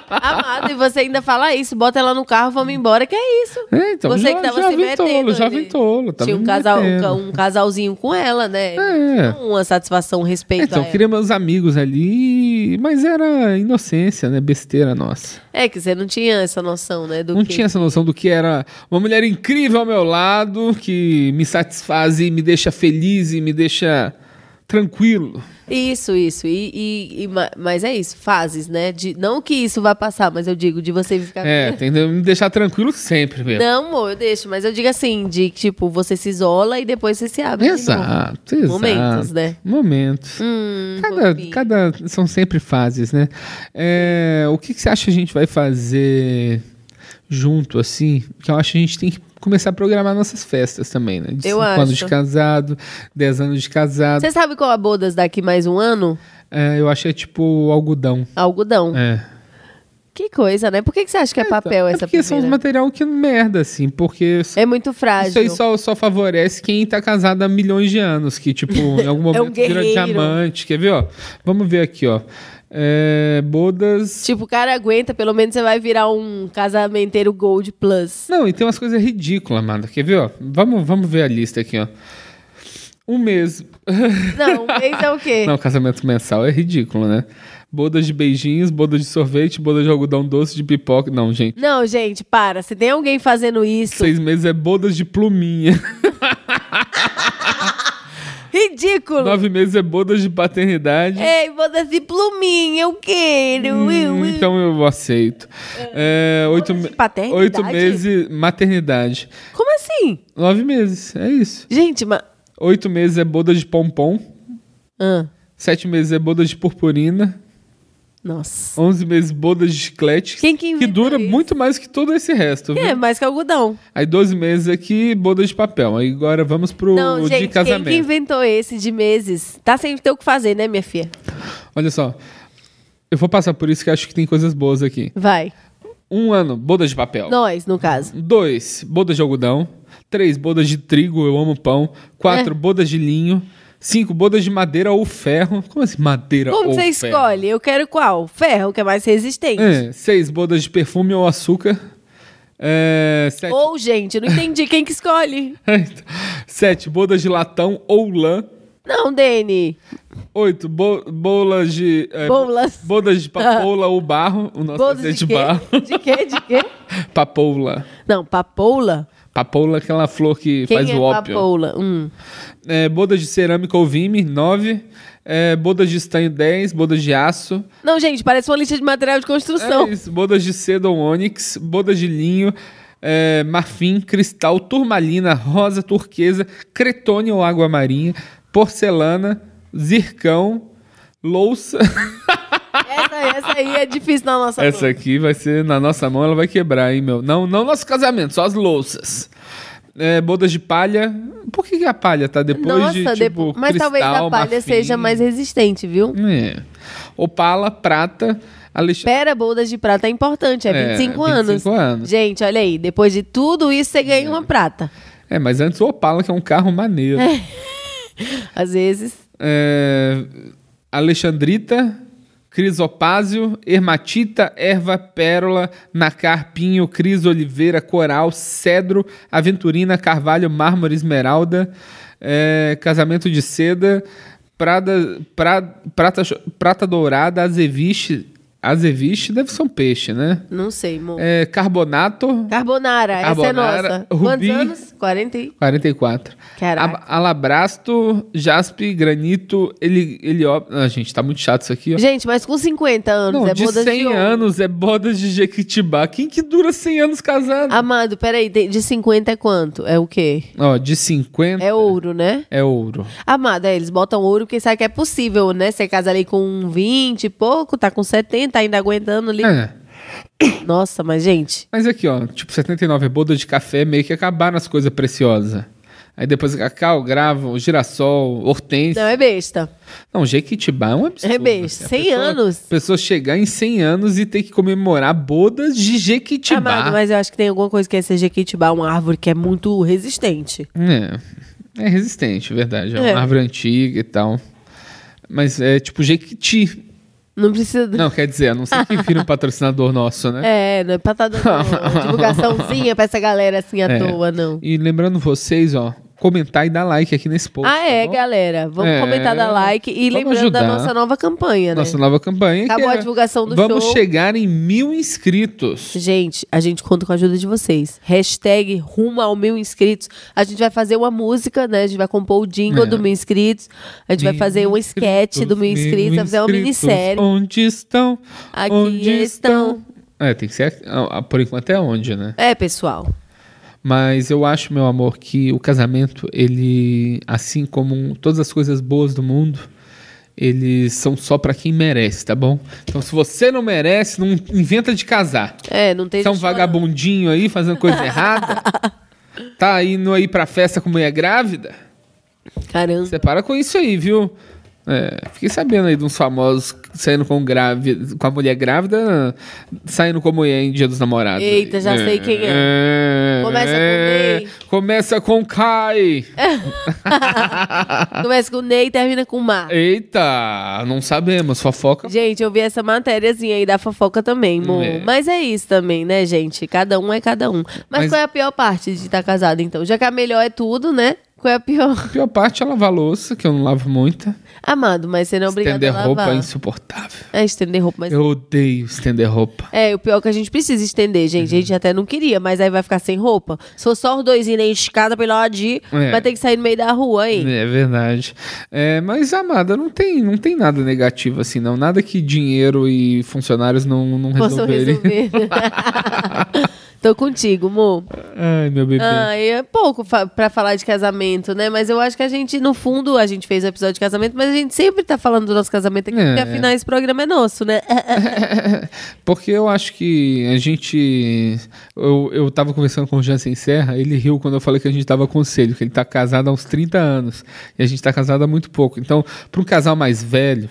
Amado, e você ainda fala isso, bota ela no carro, vamos embora, que é isso.
É, então,
você
já-
que tava
já
se
vem
metendo.
tolo, já
ali.
vem tolo, tava
Tinha um,
me
casal, um,
metendo.
ca- um casalzinho com ela, né?
É.
Tinha Uma satisfação, um respeito
Então,
a
eu
ela.
queria meus amigos ali, mas era inocência, né? Besteira nossa.
É que você não tinha essa noção, né? Do
Não
que...
tinha essa noção do que era uma mulher incrível ao meu lado, que me satisfaz e me deixa feliz e me deixa tranquilo.
Isso, isso. E, e- e ma- mas é isso, fases, né? De, não que isso vá passar, mas eu digo de você ficar.
É, tem que me deixar tranquilo sempre mesmo.
Não, amor, eu deixo, mas eu digo assim, de que, tipo, você se isola e depois você se abre. de novo.
Exato, exato.
Momentos, né?
Momentos.
Hum,
Cada,
fofinho.
cada- são sempre fases, né? É, o que, que você acha que a gente vai fazer junto, assim? Que eu acho que a gente tem que começar a programar nossas festas também, né? De
Eu
cinco anos
acho.
de casado, 10 anos de casado.
Você sabe qual é a bodas daqui mais um ano?
É, eu achei tipo algodão.
Algodão.
É.
Que coisa, né? Por que, que você acha que é, papel
Então, é
essa
Porque são os
primeira?
material que merda, assim, porque. s-
É muito
Isso
frágil.
aí só, só favorece quem tá casado há milhões de anos, que, tipo, em
<laughs>
algum
É um
momento vira
guerreiro.
diamante. Quer ver, ó? Vamos ver aqui, ó. É, bodas.
Tipo, o cara aguenta, pelo menos você vai virar um casamenteiro Gold Plus.
Não, e tem umas coisas ridículas, mano. Quer ver, ó? Vamos, vamos ver a lista aqui, ó. Um mês.
Não, mês é o quê?
<laughs> Não, casamento mensal é ridículo, né? Bodas de beijinhos, bodas de sorvete, bodas de algodão doce, de pipoca. Não, gente.
Não, gente, para. Se tem alguém fazendo isso.
Seis meses é bodas
<laughs>
de pluminha.
Ridículo!
Nove meses é bodas de paternidade.
Ei, bodas de pluminha, eu quero.
Hum, então eu aceito. É, oito,
de
me-
paternidade?
oito meses maternidade.
Como assim?
Nove meses, é isso.
Gente, mas.
Oito meses é bodas de pompom.
Ah,
Sete meses é bodas de purpurina.
nossa.
Onze meses bodas de chiclete.
Quem que inventou
dura
isso?
muito né? mais que todo esse resto. viu?
É, mais que algodão.
Aí 12 meses aqui, bodas de papel. Aí agora vamos pro
Não,
de
gente, quem
casamento.
que inventou esse de meses? Tá sem ter o que fazer, né, minha filha?
Olha só. Eu vou passar por isso que acho que tem coisas boas aqui.
Vai.
Um ano, bodas de papel.
Nós, no caso.
Dois, bodas de algodão. Três, bodas de trigo, eu amo pão.
É.
Quatro, bodas de linho. Cinco, bodas de madeira ou ferro. Como assim, madeira
Como
ou
você
ferro?
escolhe? Eu quero qual? Ferro, que é mais resistente.
É, seis, bodas de perfume ou açúcar. É, sete, <laughs>
Ou, gente, eu não entendi quem que escolhe.
sete, bodas de latão ou lã.
Não, Dene.
Oito, bo bolas de... é,
Bolas.
Bodas de papoula ou barro. O nosso
Bodas
é
de
de
quê?
barro.
De quê? De quê?
Papoula.
Não, papoula.
Papoula é aquela flor que
Quem
faz
é
o ópio.
papoula? Hum.
É, bodas de cerâmica ou vime, 9. bodas de estanho, 10. Bodas de aço.
Não, gente, parece uma lista de material de
É
construção.
isso, bodas de seda ou ônix. Bodas de linho. é, marfim, cristal, turmalina, rosa, turquesa, cretônia ou água marinha, porcelana, zircão, louça.
Essa, essa aí é difícil na nossa
Essa aqui vai ser na nossa mão, ela vai quebrar, hein, meu? Não, não nosso casamento, só as louças. É, bodas de palha. Por que, que a palha tá depois
Nossa,
de tipo,
depo- mas
cristal,
talvez a palha
marfim?
seja mais resistente, viu?
É. Opala, prata, Alexandre.
Pera, bodas de prata é importante, é 25, anos.
25 anos.
Gente, olha aí, depois de tudo isso você ganha uma prata.
É, mas antes o Opala, que é um carro maneiro.
Às vezes.
É, Alexandrita, crisopásio, hermatita, erva, pérola, nacar, pinho, cris, oliveira, coral, cedro, aventurina, carvalho, mármore, esmeralda, é, casamento de seda, prada, pra- prata, prata dourada, azeviche, azeviche deve ser um peixe, né?
Não sei, amor.
É, carbonato,
Carbonara,
Carbonara,
essa é nossa.
rubi.
Quantos anos? 40 e...
44.
Caraca.
Ab- Alabrasto, jaspe, granito, ele, ele... Ah, gente, tá muito chato isso aqui, ó.
Gente, mas com 50 anos
Não,
é
de
bodas
100
de ouro.
anos é bodas de Jequitibá. Quem que dura 100 anos casado?
Amado, peraí, de de 50 é quanto? É o quê?
Ó, de 50
É ouro, né?
é ouro.
Amado, é, eles botam ouro porque sabe que é possível, né? Você casa ali com 20 e pouco, tá com 70, ainda aguentando ali.
É.
Nossa, mas gente,
Mas aqui, ó, tipo 79 é boda de café, meio que acabaram as coisas preciosas. Aí depois cacau, gravo, girassol, hortênsia.
não é besta.
Não, Jequitibá é um absurdo.
É besta.
a
100
pessoa-
anos.
A pessoa chegar em 100 anos e ter que comemorar bodas de Jequitibá.
Amado, mas eu acho que tem alguma coisa que é ser jequitibá, uma árvore que é muito resistente.
É, é resistente, verdade. É,
É.
uma árvore antiga e tal. Mas é tipo Jequiti.
Não precisa...
Não, quer dizer, a não
<laughs>
ser que vira um patrocinador nosso, né?
É, não é pra tá
<laughs>
dando divulgaçãozinha pra essa galera assim à
É.
toa, não.
E lembrando vocês, ó, comentar e dar like aqui nesse post.
ah,
tá
é,
bom?
galera. Vamos
É.
comentar, dar like. E
Vamos
lembrando da
ajudar.
nossa nova campanha, né?
Nossa nova campanha. que
Acabou a
é
divulgação do
Vamos
show.
chegar em mil inscritos.
Gente, a gente conta com a ajuda de vocês. Hashtag rumo ao mil inscritos. A gente vai fazer uma música, né? A gente vai compor o jingle
É.
do mil inscritos. A gente vai
Mil
fazer um sketch do mil inscritos. Vai fazer uma
inscritos.
minissérie.
Onde estão?
Aqui
onde
estão.
É, tem que ser. aqui- ah, ah, Por enquanto é onde, né?
É, pessoal.
Mas eu acho, meu amor, que o casamento, ele, assim como todas as coisas boas do mundo, eles são só pra quem merece, tá bom? Então, se você não merece, não inventa de casar.
É, não tem
Você é um
gente falando.
vagabundinho aí fazendo coisa errada. Tá indo aí pra festa com mulher grávida?
<laughs>
<laughs>
Caramba.
Você para com isso aí, viu? É, fiquei sabendo aí de uns famosos saindo com, grávida, com a mulher grávida, saindo com a mulher em Dia dos Namorados. é,
Eita, já sei quem é. Começa com Ney.
Começa com
<laughs>
Kai.
Começa com Ney e termina com Mar.
É. Eita, não sabemos, fofoca.
Gente, eu vi essa matériazinha aí da fofoca também, amor.
É.
Mas é isso também, né, gente? Cada um é cada um. Mas,
Mas-
tá qual é a pior parte de estar casado, então? Já que a melhor é tudo, né? Qual é a pior? <laughs>
A pior parte é lavar louça, que eu não lavo muita.
Amado, mas você não é obrigado
Estender
a lavar.
roupa é insuportável.
É, estender roupa, mas...
Eu odeio estender roupa.
É, o pior é que a gente precisa estender, gente. A
Uhum.
gente até não queria, mas aí vai ficar sem roupa. Se for só os dois indo em escada pela hora de ir,
É.
vai ter que sair no meio da rua, hein?
É verdade. É, mas, amada, não tem, não tem nada negativo assim, não. Nada que dinheiro e funcionários não, não
Possam
resolverem.
resolver.
<laughs>
<laughs> Tô contigo, amor.
Ai, meu bebê.
Ah, e é pouco fa pra falar de casamento, né? Mas eu acho que a gente, no fundo, a gente fez o episódio de casamento, mas a gente sempre tá falando do nosso casamento aqui,
É.
porque afinal esse programa é nosso, né? <laughs>
Porque eu acho que a gente. Eu, eu tava conversando com o Jansen Serra, ele riu quando eu falei que a gente tava conselho, que ele tá casado há uns 30 anos. E a gente tá casado há muito pouco. Então, para um casal mais velho,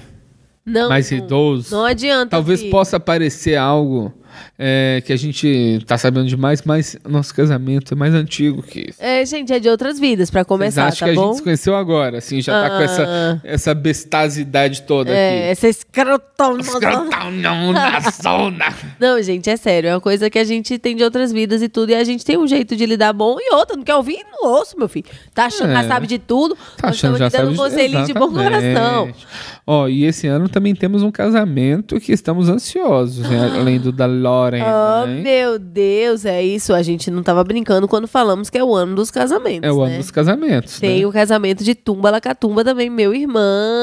Não,
mais
Então, não,
idoso,
não adianta.
<laughs> talvez
filho.
possa parecer algo é, que a gente tá sabendo demais, mas nosso casamento é mais antigo que isso.
É, gente, é de outras vidas, pra começar,
acho
tá
que a
bom? Ah.
gente se conheceu agora, assim, já tá com essa, essa bestasidade toda
É,
aqui.
essa escrotão.
Os caras tá
<laughs>
não na zona.
Não, gente, é sério. É uma coisa que a gente tem de outras vidas e tudo. E a gente tem um jeito de lidar bom e outra. Não quer ouvir? Não ouço, meu filho. Tá achando
É.
que já sabe de tudo.
Tá
nós
achando
estamos
já
te dando
sabe
um conselhinho de bom
Exatamente.
coração.
Ó, e esse ano também temos um casamento que estamos
<gasps>
ansiosos, né? além do da Lauren.
Oh,
né?
meu Deus, é isso. A gente não tava brincando quando falamos que é o ano dos casamentos.
É o ano
né?
dos casamentos.
Tem um
né?
o casamento de Tumba Lacatumba também, meu irmão.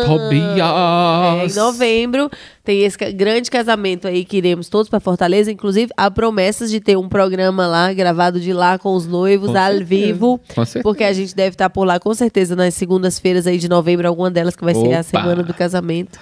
É, em
Tobias.
novembro tem esse ca- grande casamento aí que iremos todos pra Fortaleza. Inclusive, há promessas de ter um programa lá, gravado de lá com os noivos,
Com
ao
certeza.
vivo.
Com certeza.
Porque a gente deve estar por lá, com certeza, nas segundas-feiras aí de novembro, alguma delas que vai ser
Opa!
a semana do casamento.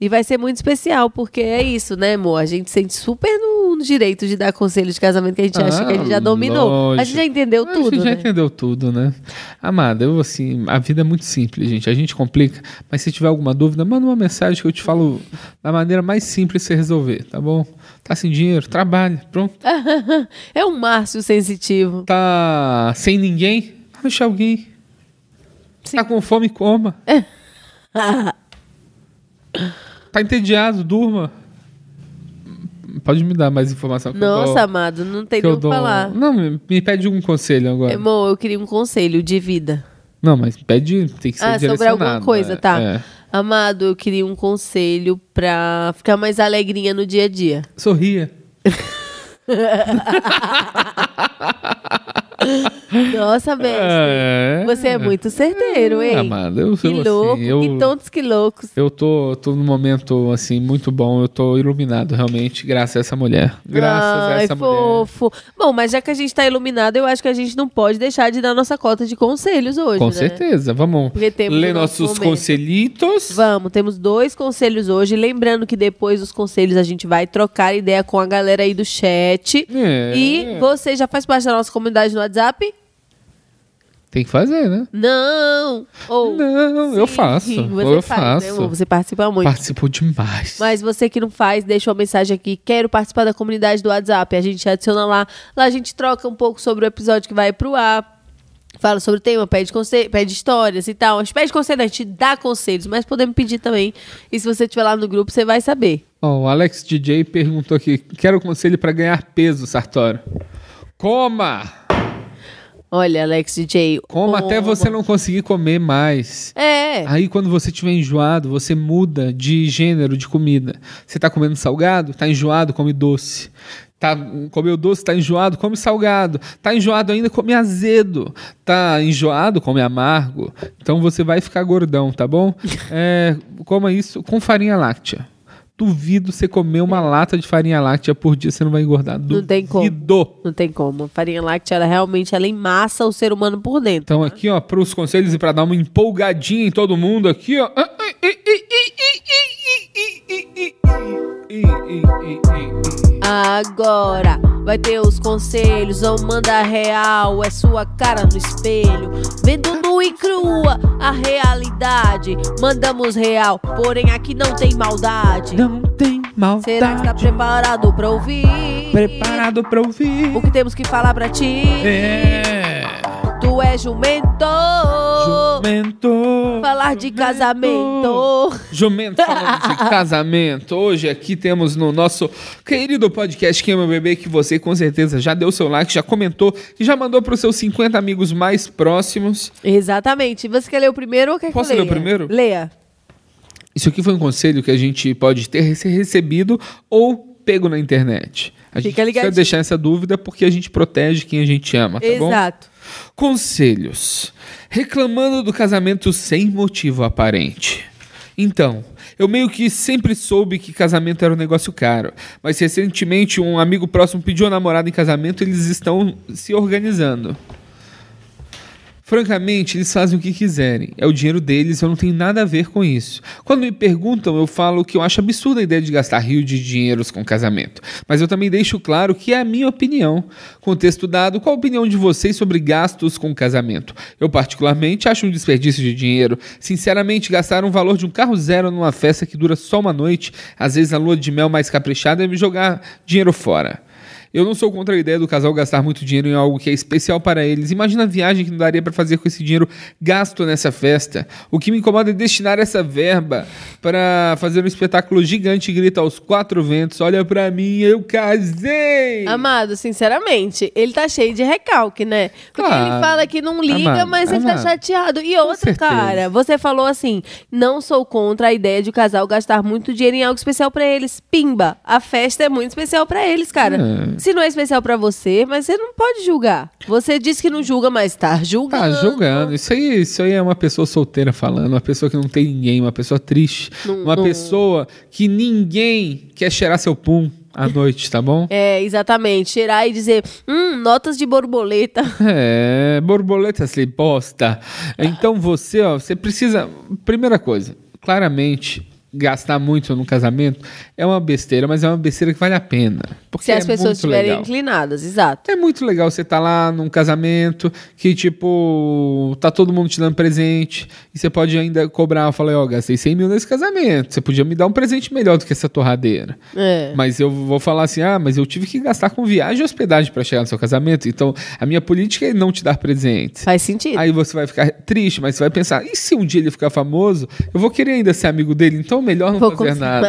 E vai ser muito especial, porque é isso, né, amor? A gente sente super no, no direito de dar conselho de casamento que a gente acha
Ah,
que a gente já dominou. A gente
lógico.
já entendeu
A gente
tudo,
já
né?
entendeu tudo, né? Amada, eu assim, a vida é muito simples, gente. A gente complica, mas se tiver alguma dúvida, manda uma mensagem que eu te falo da maneira mais simples de você resolver, tá bom? Tá sem dinheiro, trabalha, pronto.
<laughs> é um Márcio
<laughs>
sensitivo.
Tá sem ninguém, acha alguém.
Sim.
Tá com fome, coma. Tá entediado, durma. Pode me dar mais informação que eu dou-
Nossa, amado, não tem
que
nem
eu
o que
dou.
falar.
Não, me, me pede um conselho agora.
Amor, eu queria um conselho de vida.
Não, mas pede, tem que ser
Ah, sobre
direcionado.
alguma coisa,
é,
tá.
é.
Amado, eu queria um conselho pra ficar mais alegrinha no dia a dia.
Sorria.
<laughs> Nossa, mestre.
É.
Você é muito certeiro, hein?
Amada,
que
eu sou
louco,
assim, eu,
que tontos, que loucos.
eu tô, tô num momento, assim, muito bom. Eu tô iluminado, realmente, graças a essa mulher. Graças a
Ai,
essa mulher.
fofo. Bom, mas já que a gente tá iluminado, eu acho que a gente não pode deixar de dar nossa cota de conselhos hoje,
Com
né?
certeza. Vamos
Porque temos
ler
o nosso
nossos
momento.
conselhitos.
Vamos, temos dois conselhos hoje. Lembrando que depois dos conselhos a gente vai trocar ideia com a galera aí do chat.
É.
E você já faz parte da nossa comunidade no WhatsApp?
Tem que fazer, né?
Não! Ou-
Não, eu faço.
você
eu
faz, né,
faço.
amor? Você participa muito.
Participou demais.
Mas você que não faz, deixa uma mensagem aqui. Quero participar da comunidade do WhatsApp. A gente adiciona lá. Lá a gente troca um pouco sobre o episódio que vai pro ar. Fala sobre o tema, pede, conselho, pede histórias e tal. A gente pede conselho, a gente dá conselhos, mas podemos pedir também. E se você estiver lá no grupo, você vai saber.
Ó, o Alex DJ perguntou aqui: quero conselho pra ganhar peso, Sartório. Coma!
Olha, Alex DJ.
Coma até você não conseguir comer mais.
É.
Aí quando você tiver enjoado, você muda de gênero de comida. Você tá comendo salgado, tá enjoado, come doce. Tá, comeu doce, tá enjoado, come salgado. Tá enjoado ainda, come azedo. Tá enjoado, come amargo. Então você vai ficar gordão, tá bom? É, coma isso com farinha láctea. Duvido você comer uma lata de farinha láctea por dia, você não vai engordar. Duvido.
Não tem como. Não tem como. A farinha láctea, ela realmente ela emassa o ser humano por dentro.
Então aqui, ó, pros conselhos e pra dar uma empolgadinha em todo mundo aqui, ó.
Agora vai ter os conselhos, ou manda real, é sua cara no espelho, vendo nua e crua a realidade. Mandamos real, porém aqui não tem maldade.
Não tem maldade.
Será que está preparado pra ouvir?
Preparado pra ouvir?
O que temos que falar pra ti?
É.
Tu é jumento.
Jumento.
Falar de casamento.
Jumento falando de casamento. Hoje aqui temos no nosso querido podcast Quem é Meu Bebê, que você com certeza já deu seu like, já comentou e já mandou para os seus 50 amigos mais próximos.
Exatamente. Você quer ler o primeiro ou quer
Posso
que eu
ler
leia?
o primeiro? Tá
Leia.
Isso aqui foi um conselho que a gente pode ter rece- recebido ou pego na internet. A gente
Fica
precisa
ligadinho.
deixar essa dúvida porque a gente protege quem a gente ama, tá bom?
Exato.
Conselhos. Reclamando do casamento sem motivo aparente. Então, eu meio que sempre soube que casamento era um negócio caro, mas recentemente um amigo próximo pediu a namorada em casamento e eles estão se organizando. Francamente, eles fazem o que quiserem. É o dinheiro deles, eu não tenho nada a ver com isso. Quando me perguntam, eu falo que eu acho absurda a ideia de gastar rio de dinheiros com casamento. Mas eu também deixo claro que é a minha opinião. Contexto dado, qual a opinião de vocês sobre gastos com casamento? Eu, particularmente, acho um desperdício de dinheiro. Sinceramente, gastar um valor de um carro zero numa festa que dura só uma noite, às vezes a lua de mel mais caprichada, é me jogar dinheiro fora. Eu não sou contra a ideia do casal gastar muito dinheiro em algo que é especial para eles. Imagina a viagem que não daria para fazer com esse dinheiro gasto nessa festa. O que me incomoda é destinar essa verba para fazer um espetáculo gigante e grita aos quatro ventos: Olha para mim, eu casei!
Amado, sinceramente, ele tá cheio de recalque, né? Porque
Claro.
ele fala que não liga,
Amado,
mas ele tá
amado.
chateado. E outra,
certeza.
cara, você falou assim: não sou contra a ideia de o casal gastar muito dinheiro em algo especial pra eles. Pimba, a festa é muito especial pra eles, cara. Se não é especial pra você, mas você não pode julgar. Você disse que não julga, mas tá julgando.
Tá julgando. Isso aí, isso aí é uma pessoa solteira falando, uma pessoa que não tem ninguém, uma pessoa triste, uma pessoa que ninguém quer cheirar seu pum à noite, tá bom?
É, exatamente. Cheirar e dizer, hum, notas de borboleta.
É, borboleta se bosta. Então você, ó, você precisa. Primeira coisa, claramente, gastar muito no casamento é uma besteira, mas é uma besteira que vale a pena. Porque
Se as
é
pessoas
muito
estiverem
legal.
inclinadas, exato.
É muito legal você estar lá num casamento que, tipo, tá todo mundo te dando presente e você pode ainda cobrar. Eu falei, ó, gastei 100 mil nesse casamento. Você podia me dar um presente melhor do que essa torradeira.
É.
Mas eu vou falar assim: ah, mas eu tive que gastar com viagem e hospedagem para chegar no seu casamento. Então, a minha política é não te dar presentes.
Faz sentido.
Aí você vai ficar triste, mas você vai pensar: e se um dia ele ficar famoso, eu vou querer ainda ser amigo dele, então melhor não
Vou
fazer
cons-
nada.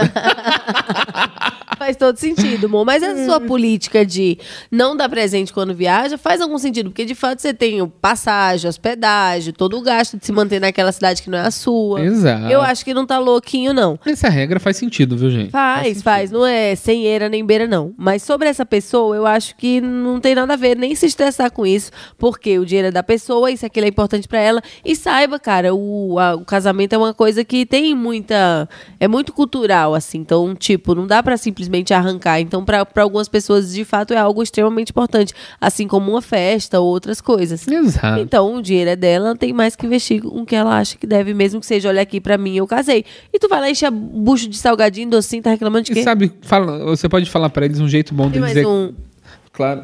<laughs> Faz todo sentido, amor. Mas essa sua política de não dar presente quando viaja faz algum sentido, porque de fato você tem o passagem, hospedagem, todo o gasto de se manter naquela cidade que não é a sua.
Exato.
Eu acho que não tá louquinho, não.
Essa regra faz sentido, viu, gente?
Faz, faz. Não é sem eira nem beira, não. Mas sobre essa pessoa, eu acho que não tem nada a ver, nem se estressar com isso, porque o dinheiro é da pessoa, isso aquilo é importante pra ela. E saiba, cara, o, a- o casamento é uma coisa que tem muita. É muito cultural, assim. Então, tipo, não dá pra simplesmente arrancar. Então, pra pra algumas pessoas, de fato, é algo extremamente importante, assim como uma festa ou outras coisas.
Exato.
Então, o dinheiro é dela, ela tem mais que investir com o que ela acha que deve, mesmo que seja, olha aqui, pra mim, eu casei. E tu vai lá encher bucho de salgadinho, docinho, tá reclamando de
E
quê?
sabe, fala- você pode falar pra eles um jeito bom
Tem
deles
mais
é-
um.
Claro.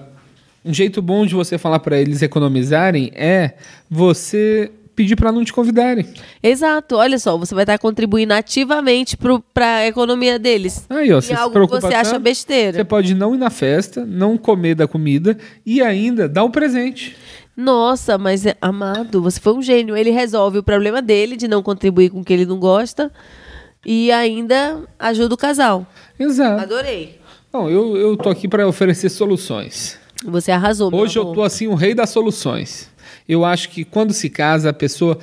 Um jeito bom de você falar pra eles economizarem é você pedir pra não te convidarem.
Exato, olha só, você vai estar contribuindo ativamente pro, pra economia deles.
Aí, ó,
em
você se
algo que
preocupa
você acha
tanto, Você
besteira.
pode não ir na festa, não comer da comida e ainda dar o presente.
Nossa, mas é- amado, você foi um gênio. Ele resolve o problema dele de não contribuir com o que ele não gosta e ainda ajuda o casal.
Exato.
Adorei.
Não, eu, eu tô aqui pra oferecer soluções.
Você arrasou, meu
Hoje eu
amor.
tô assim, o rei das soluções. Eu acho que quando se casa, a pessoa.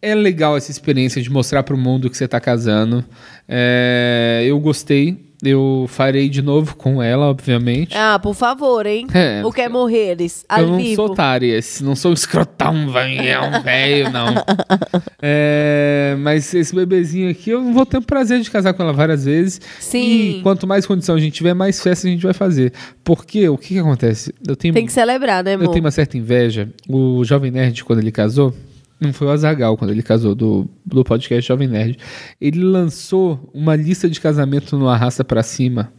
É legal essa experiência de mostrar pro mundo que você tá casando. É, eu gostei. Eu farei de novo com ela, obviamente.
Ah, por favor, hein?
É.
o que é morreres? Ao
Eu não
vivo.
sou otárias, não sou escrotão, <laughs> vanhão, velho, não. É, mas esse bebezinho aqui, eu vou ter o prazer de casar com ela várias vezes.
Sim.
E quanto mais condição a gente tiver, mais festa a gente vai fazer. Porque o que, que acontece? Eu tenho,
Tem que celebrar, né,
eu
amor?
tenho uma certa inveja. O Jovem Nerd, quando ele casou, não foi o Azagal quando ele casou, do, do podcast Jovem Nerd. Ele lançou uma lista de casamento no Arrasta Pra Cima.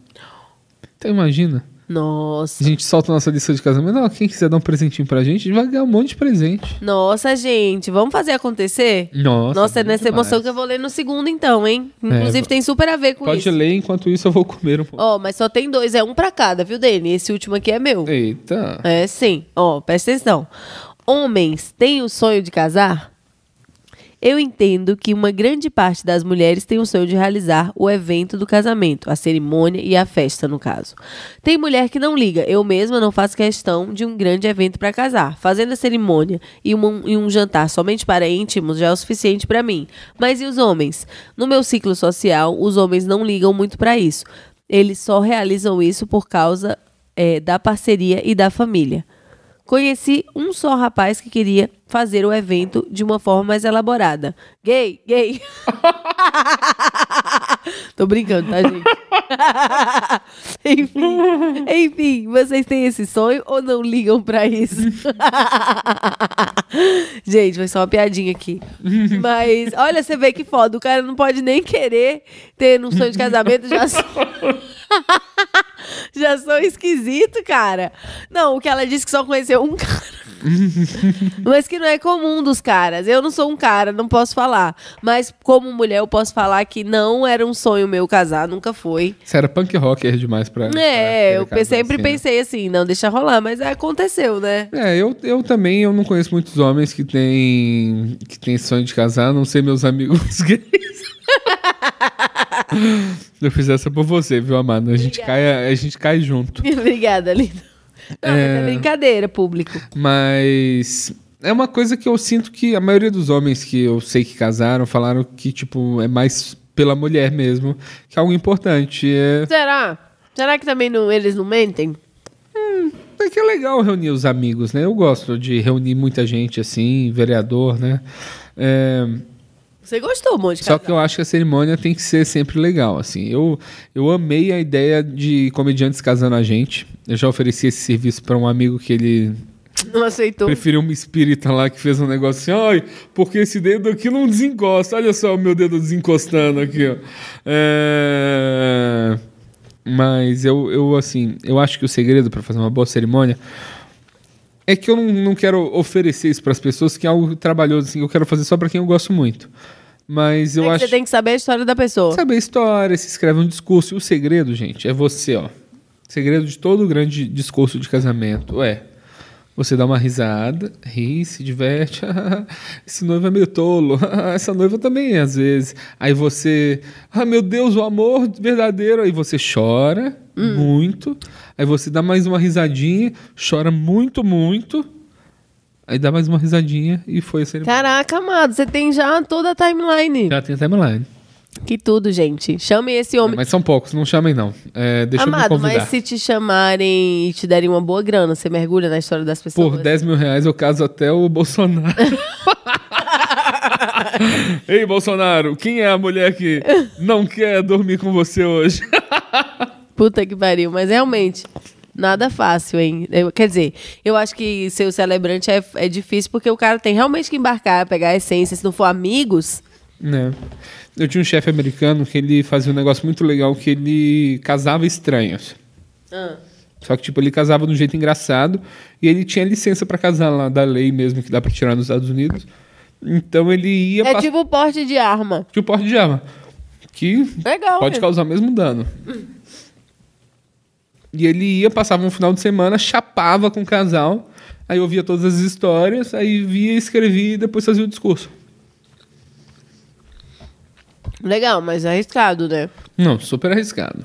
Então imagina. A
Nossa.
gente solta nossa lista de casamento. Ó, quem quiser dar um presentinho pra gente, a gente vai ganhar um monte de presente.
Nossa, gente, vamos fazer acontecer?
Nossa,
Nossa, é
bom
nessa
demais.
emoção que eu vou ler no segundo, então, hein? Inclusive,
vou-
tem super a ver com
Pode
isso.
ler, enquanto isso eu vou comer um pouco.
Ó, mas só tem dois, é um pra cada, viu, Dani? Esse último aqui é meu.
Eita.
É, sim. Ó, presta atenção. homens têm o sonho de casar? Eu entendo que uma grande parte das mulheres tem o sonho de realizar o evento do casamento, a cerimônia e a festa, no caso. Tem mulher que não liga, eu mesma não faço questão de um grande evento para casar. Fazendo a cerimônia e, uma- e um jantar somente para íntimos já é o suficiente para mim. Mas e os homens? No meu ciclo social, os homens não ligam muito para isso. Eles só realizam isso por causa eh, da parceria e da família. Conheci um só rapaz que queria fazer o evento de uma forma mais elaborada. Gay, gay. <laughs> Tô brincando, tá, gente? <laughs> enfim, enfim, vocês têm esse sonho ou não ligam pra isso? <laughs> gente, foi só uma piadinha aqui. Mas, olha, você vê que foda. O cara não pode nem querer ter um sonho de casamento já. Já sou esquisito, cara. Não, o que ela disse que só conheceu um
<laughs>
cara. Mas que não é comum dos caras. Eu não sou um cara, não posso falar. Mas como mulher, eu posso falar que não era um sonho meu casar, nunca foi.
Você era punk rocker demais pra. pra
É,
querer
eu
casar
sempre
assim, né?
pensei assim, não, deixa rolar, mas aconteceu, né? <laughs>
É, eu, eu também eu não conheço muitos homens que têm que têm sonho de casar, a não sei meus amigos <laughs>
<laughs>
gays. eu fiz essa por você, viu, Amado? A gente cai, a gente cai junto.
Obrigada, linda. Não, mas é brincadeira, público.
Mas é uma coisa que eu sinto que a maioria dos homens que eu sei que casaram falaram que tipo é mais pela mulher mesmo, que é algo importante. É,
Será? Será que também não- eles não mentem?
é que é legal reunir os amigos, né? Eu gosto de reunir muita gente assim, vereador, né? É,
Você gostou, um monte de
Só
casal.
que eu acho que a cerimônia tem que ser sempre legal, assim. Eu, eu amei a ideia de comediantes casando a gente. Eu já ofereci esse serviço para um amigo que ele
Não aceitou.
preferiu um espírita lá que fez um negócio assim, ai, porque esse dedo aqui não desencosta. Olha só o meu dedo desencostando aqui, ó. É... Mas eu, eu, assim, eu acho que o segredo para fazer uma boa cerimônia é que eu não, não quero oferecer isso para as pessoas, que é algo trabalhoso, assim, que eu quero fazer só para quem eu gosto muito. Mas eu
É que
acho
Você tem que saber a história da pessoa.
saber a história, se escreve um discurso. E o segredo, gente, é você, ó. O segredo de todo grande discurso de casamento é você dá uma risada, ri, se diverte. <laughs> Esse noivo é meio tolo. <laughs> Essa noiva também, é, às vezes. Aí você, ah, meu Deus, o amor verdadeiro. Aí você chora
Hum.
muito. Aí você dá mais uma risadinha, chora muito, muito. Aí dá mais uma risadinha e foi a cerimônia.
Caraca, amado, você tem já toda a timeline.
Já tem a timeline.
Que tudo, gente. Chamem esse homem.
Mas são poucos, não chamem não. É, deixa eu
Amado,
me convidar.
mas se te chamarem e te derem uma boa grana, você mergulha na história das pessoas.
Por 10 mil reais eu caso até o Bolsonaro. Ei, Bolsonaro, quem é a mulher que não quer dormir com você hoje? <laughs>
Puta que pariu, mas realmente. Nada fácil, hein? Eu- quer dizer, eu acho que ser o celebrante é, é difícil porque o cara tem realmente que embarcar, pegar a essência. Se não for amigos,
né? Eu tinha um chefe americano que ele fazia um negócio muito legal que ele casava estranhos. Só que, tipo, ele casava de um jeito engraçado e ele tinha licença pra casar lá da lei mesmo, que dá pra tirar nos Estados Unidos. Então ele ia
é
passar
tipo o porte de arma.
o porte de arma. Que
Legal.
Pode
né?
causar o mesmo dano. E ele ia, passava um final de semana, chapava com o casal, aí ouvia todas as histórias, aí via, escrevia e depois fazia o discurso.
Legal, mas é arriscado, né?
Não, super arriscado.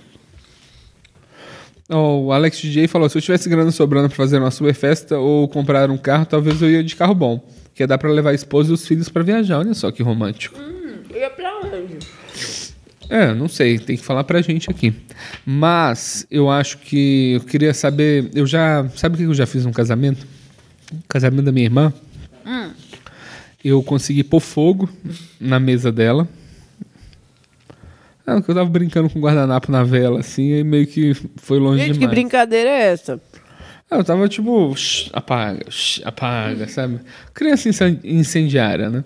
Ó, o Alex DJ falou: se eu tivesse grana sobrando pra fazer uma super festa ou comprar um carro, talvez eu ia de carro bom. Que dá pra levar a esposa e os filhos pra viajar. Olha só que romântico.
Hum, Ia pra onde?
É, não sei, tem que falar pra gente aqui. Mas eu acho que eu queria saber. Eu já. Sabe o que eu já fiz num casamento? Um casamento da minha irmã.
Hum.
Eu consegui pôr fogo na mesa dela. Ah, porque eu tava brincando com guardanapo na vela, assim, e meio que foi longe
Gente, que
demais.
brincadeira é essa?
Ah, eu tava tipo, "Shh, apaga, shh, apaga,
Hum.
sabe? Criança incen- incendiária, né?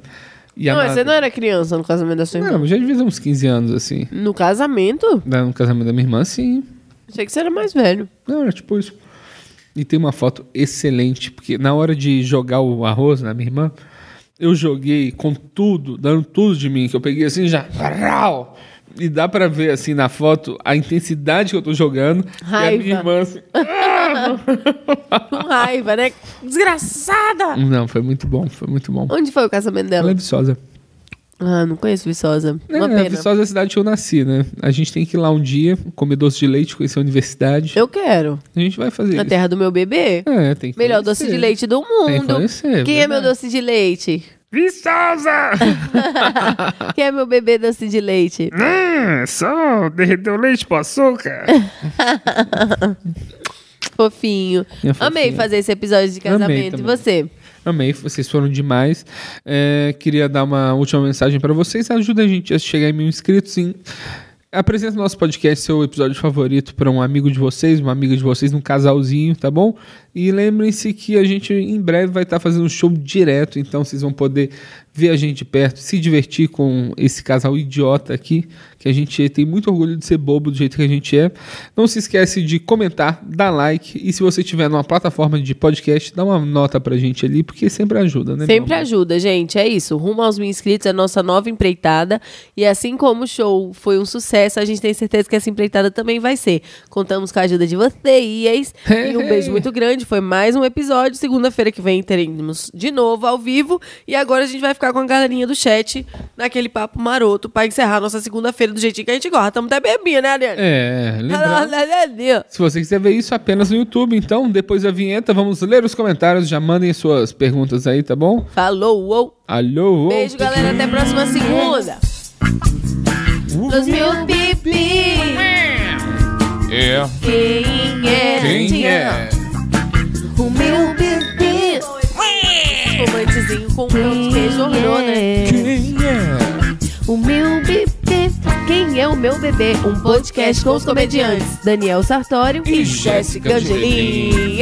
E a
Não,
Mara-
você não é- era criança no casamento da sua irmã?
Não, já devia ter uns 15 anos, assim.
No casamento?
Né, No casamento da minha irmã, sim.
Achei que você era mais velho.
Não, era tipo isso. E tem uma foto excelente, porque na hora de jogar o arroz na minha irmã, eu joguei com tudo, dando tudo de mim, que eu peguei assim já. Rau! E dá pra ver, assim, na foto, a intensidade que eu tô jogando. E a
Raiva.
minha
<laughs>
irmã, assim... "Ah!"
Com raiva, né? Desgraçada!
Não, foi muito bom, foi muito bom.
Onde foi o casamento
Ela
dela?
é viçosa.
Ah, não conheço Viçosa.
É,
Uma pena.
Viçosa é a cidade que eu nasci, né? A gente tem que ir lá um dia, comer doce de leite, conhecer a universidade.
Eu quero.
A gente vai fazer
Na
isso.
terra do meu bebê.
É, tem que
Melhor
conhecer.
doce de leite do
Tem que
mundo.
conhecer,
Quem é meu
verdade.
doce de leite? <laughs>
<laughs>
Viçosa!
Quem é meu bebê doce de leite? <laughs>
hum, só derreteu leite pro açúcar.
Fofinho.
Minha fofinha.
Amei fazer esse episódio de
Amei
casamento. E
também.
você?
<laughs> Amei, vocês foram demais. É, queria dar uma última mensagem pra vocês. Ajuda a gente a chegar em mil inscritos. Em... Apresenta o nosso podcast, seu episódio favorito, pra um amigo de vocês, uma amiga de vocês, num casalzinho, tá bom? E lembrem-se que a gente em breve vai estar fazendo um show direto, então vocês vão poder ver a gente de perto, se divertir com esse casal idiota aqui, que a gente é, tem muito orgulho de ser bobo do jeito que a gente é. Não se esquece de comentar, dar like e se você estiver numa plataforma de podcast, dá uma nota pra gente ali, porque sempre ajuda, né?
Sempre
meu amor?
ajuda, gente. É isso. Rumo aos mil inscritos, é a nossa nova empreitada. E assim como o show foi um sucesso, a gente tem certeza que essa empreitada também vai ser. Contamos com a ajuda de vocês. e
<laughs>
um beijo muito grande. Foi mais um episódio. Segunda-feira que vem teremos de novo ao vivo. E agora a gente vai ficar com a galerinha do chat naquele papo maroto pra encerrar nossa segunda-feira do jeitinho que a gente gosta. Estamos até bebinha, né, Ariane?
É, lembrando.
É.
Se você quiser ver isso apenas no YouTube, então, depois da vinheta, vamos ler os comentários. Já mandem suas perguntas aí, tá bom?
Falou, uou.
Alô?
Beijo, galera. Até a próxima segunda. Dos mil pipi.
É.
Quem é?
Quem é?
O meu bebê. Comantezinho com pão de queijo né?
Quem é?
O meu bebê. Quem é o meu bebê? Um podcast com os comediantes Daniel Sartório
E Jéssica Angelim.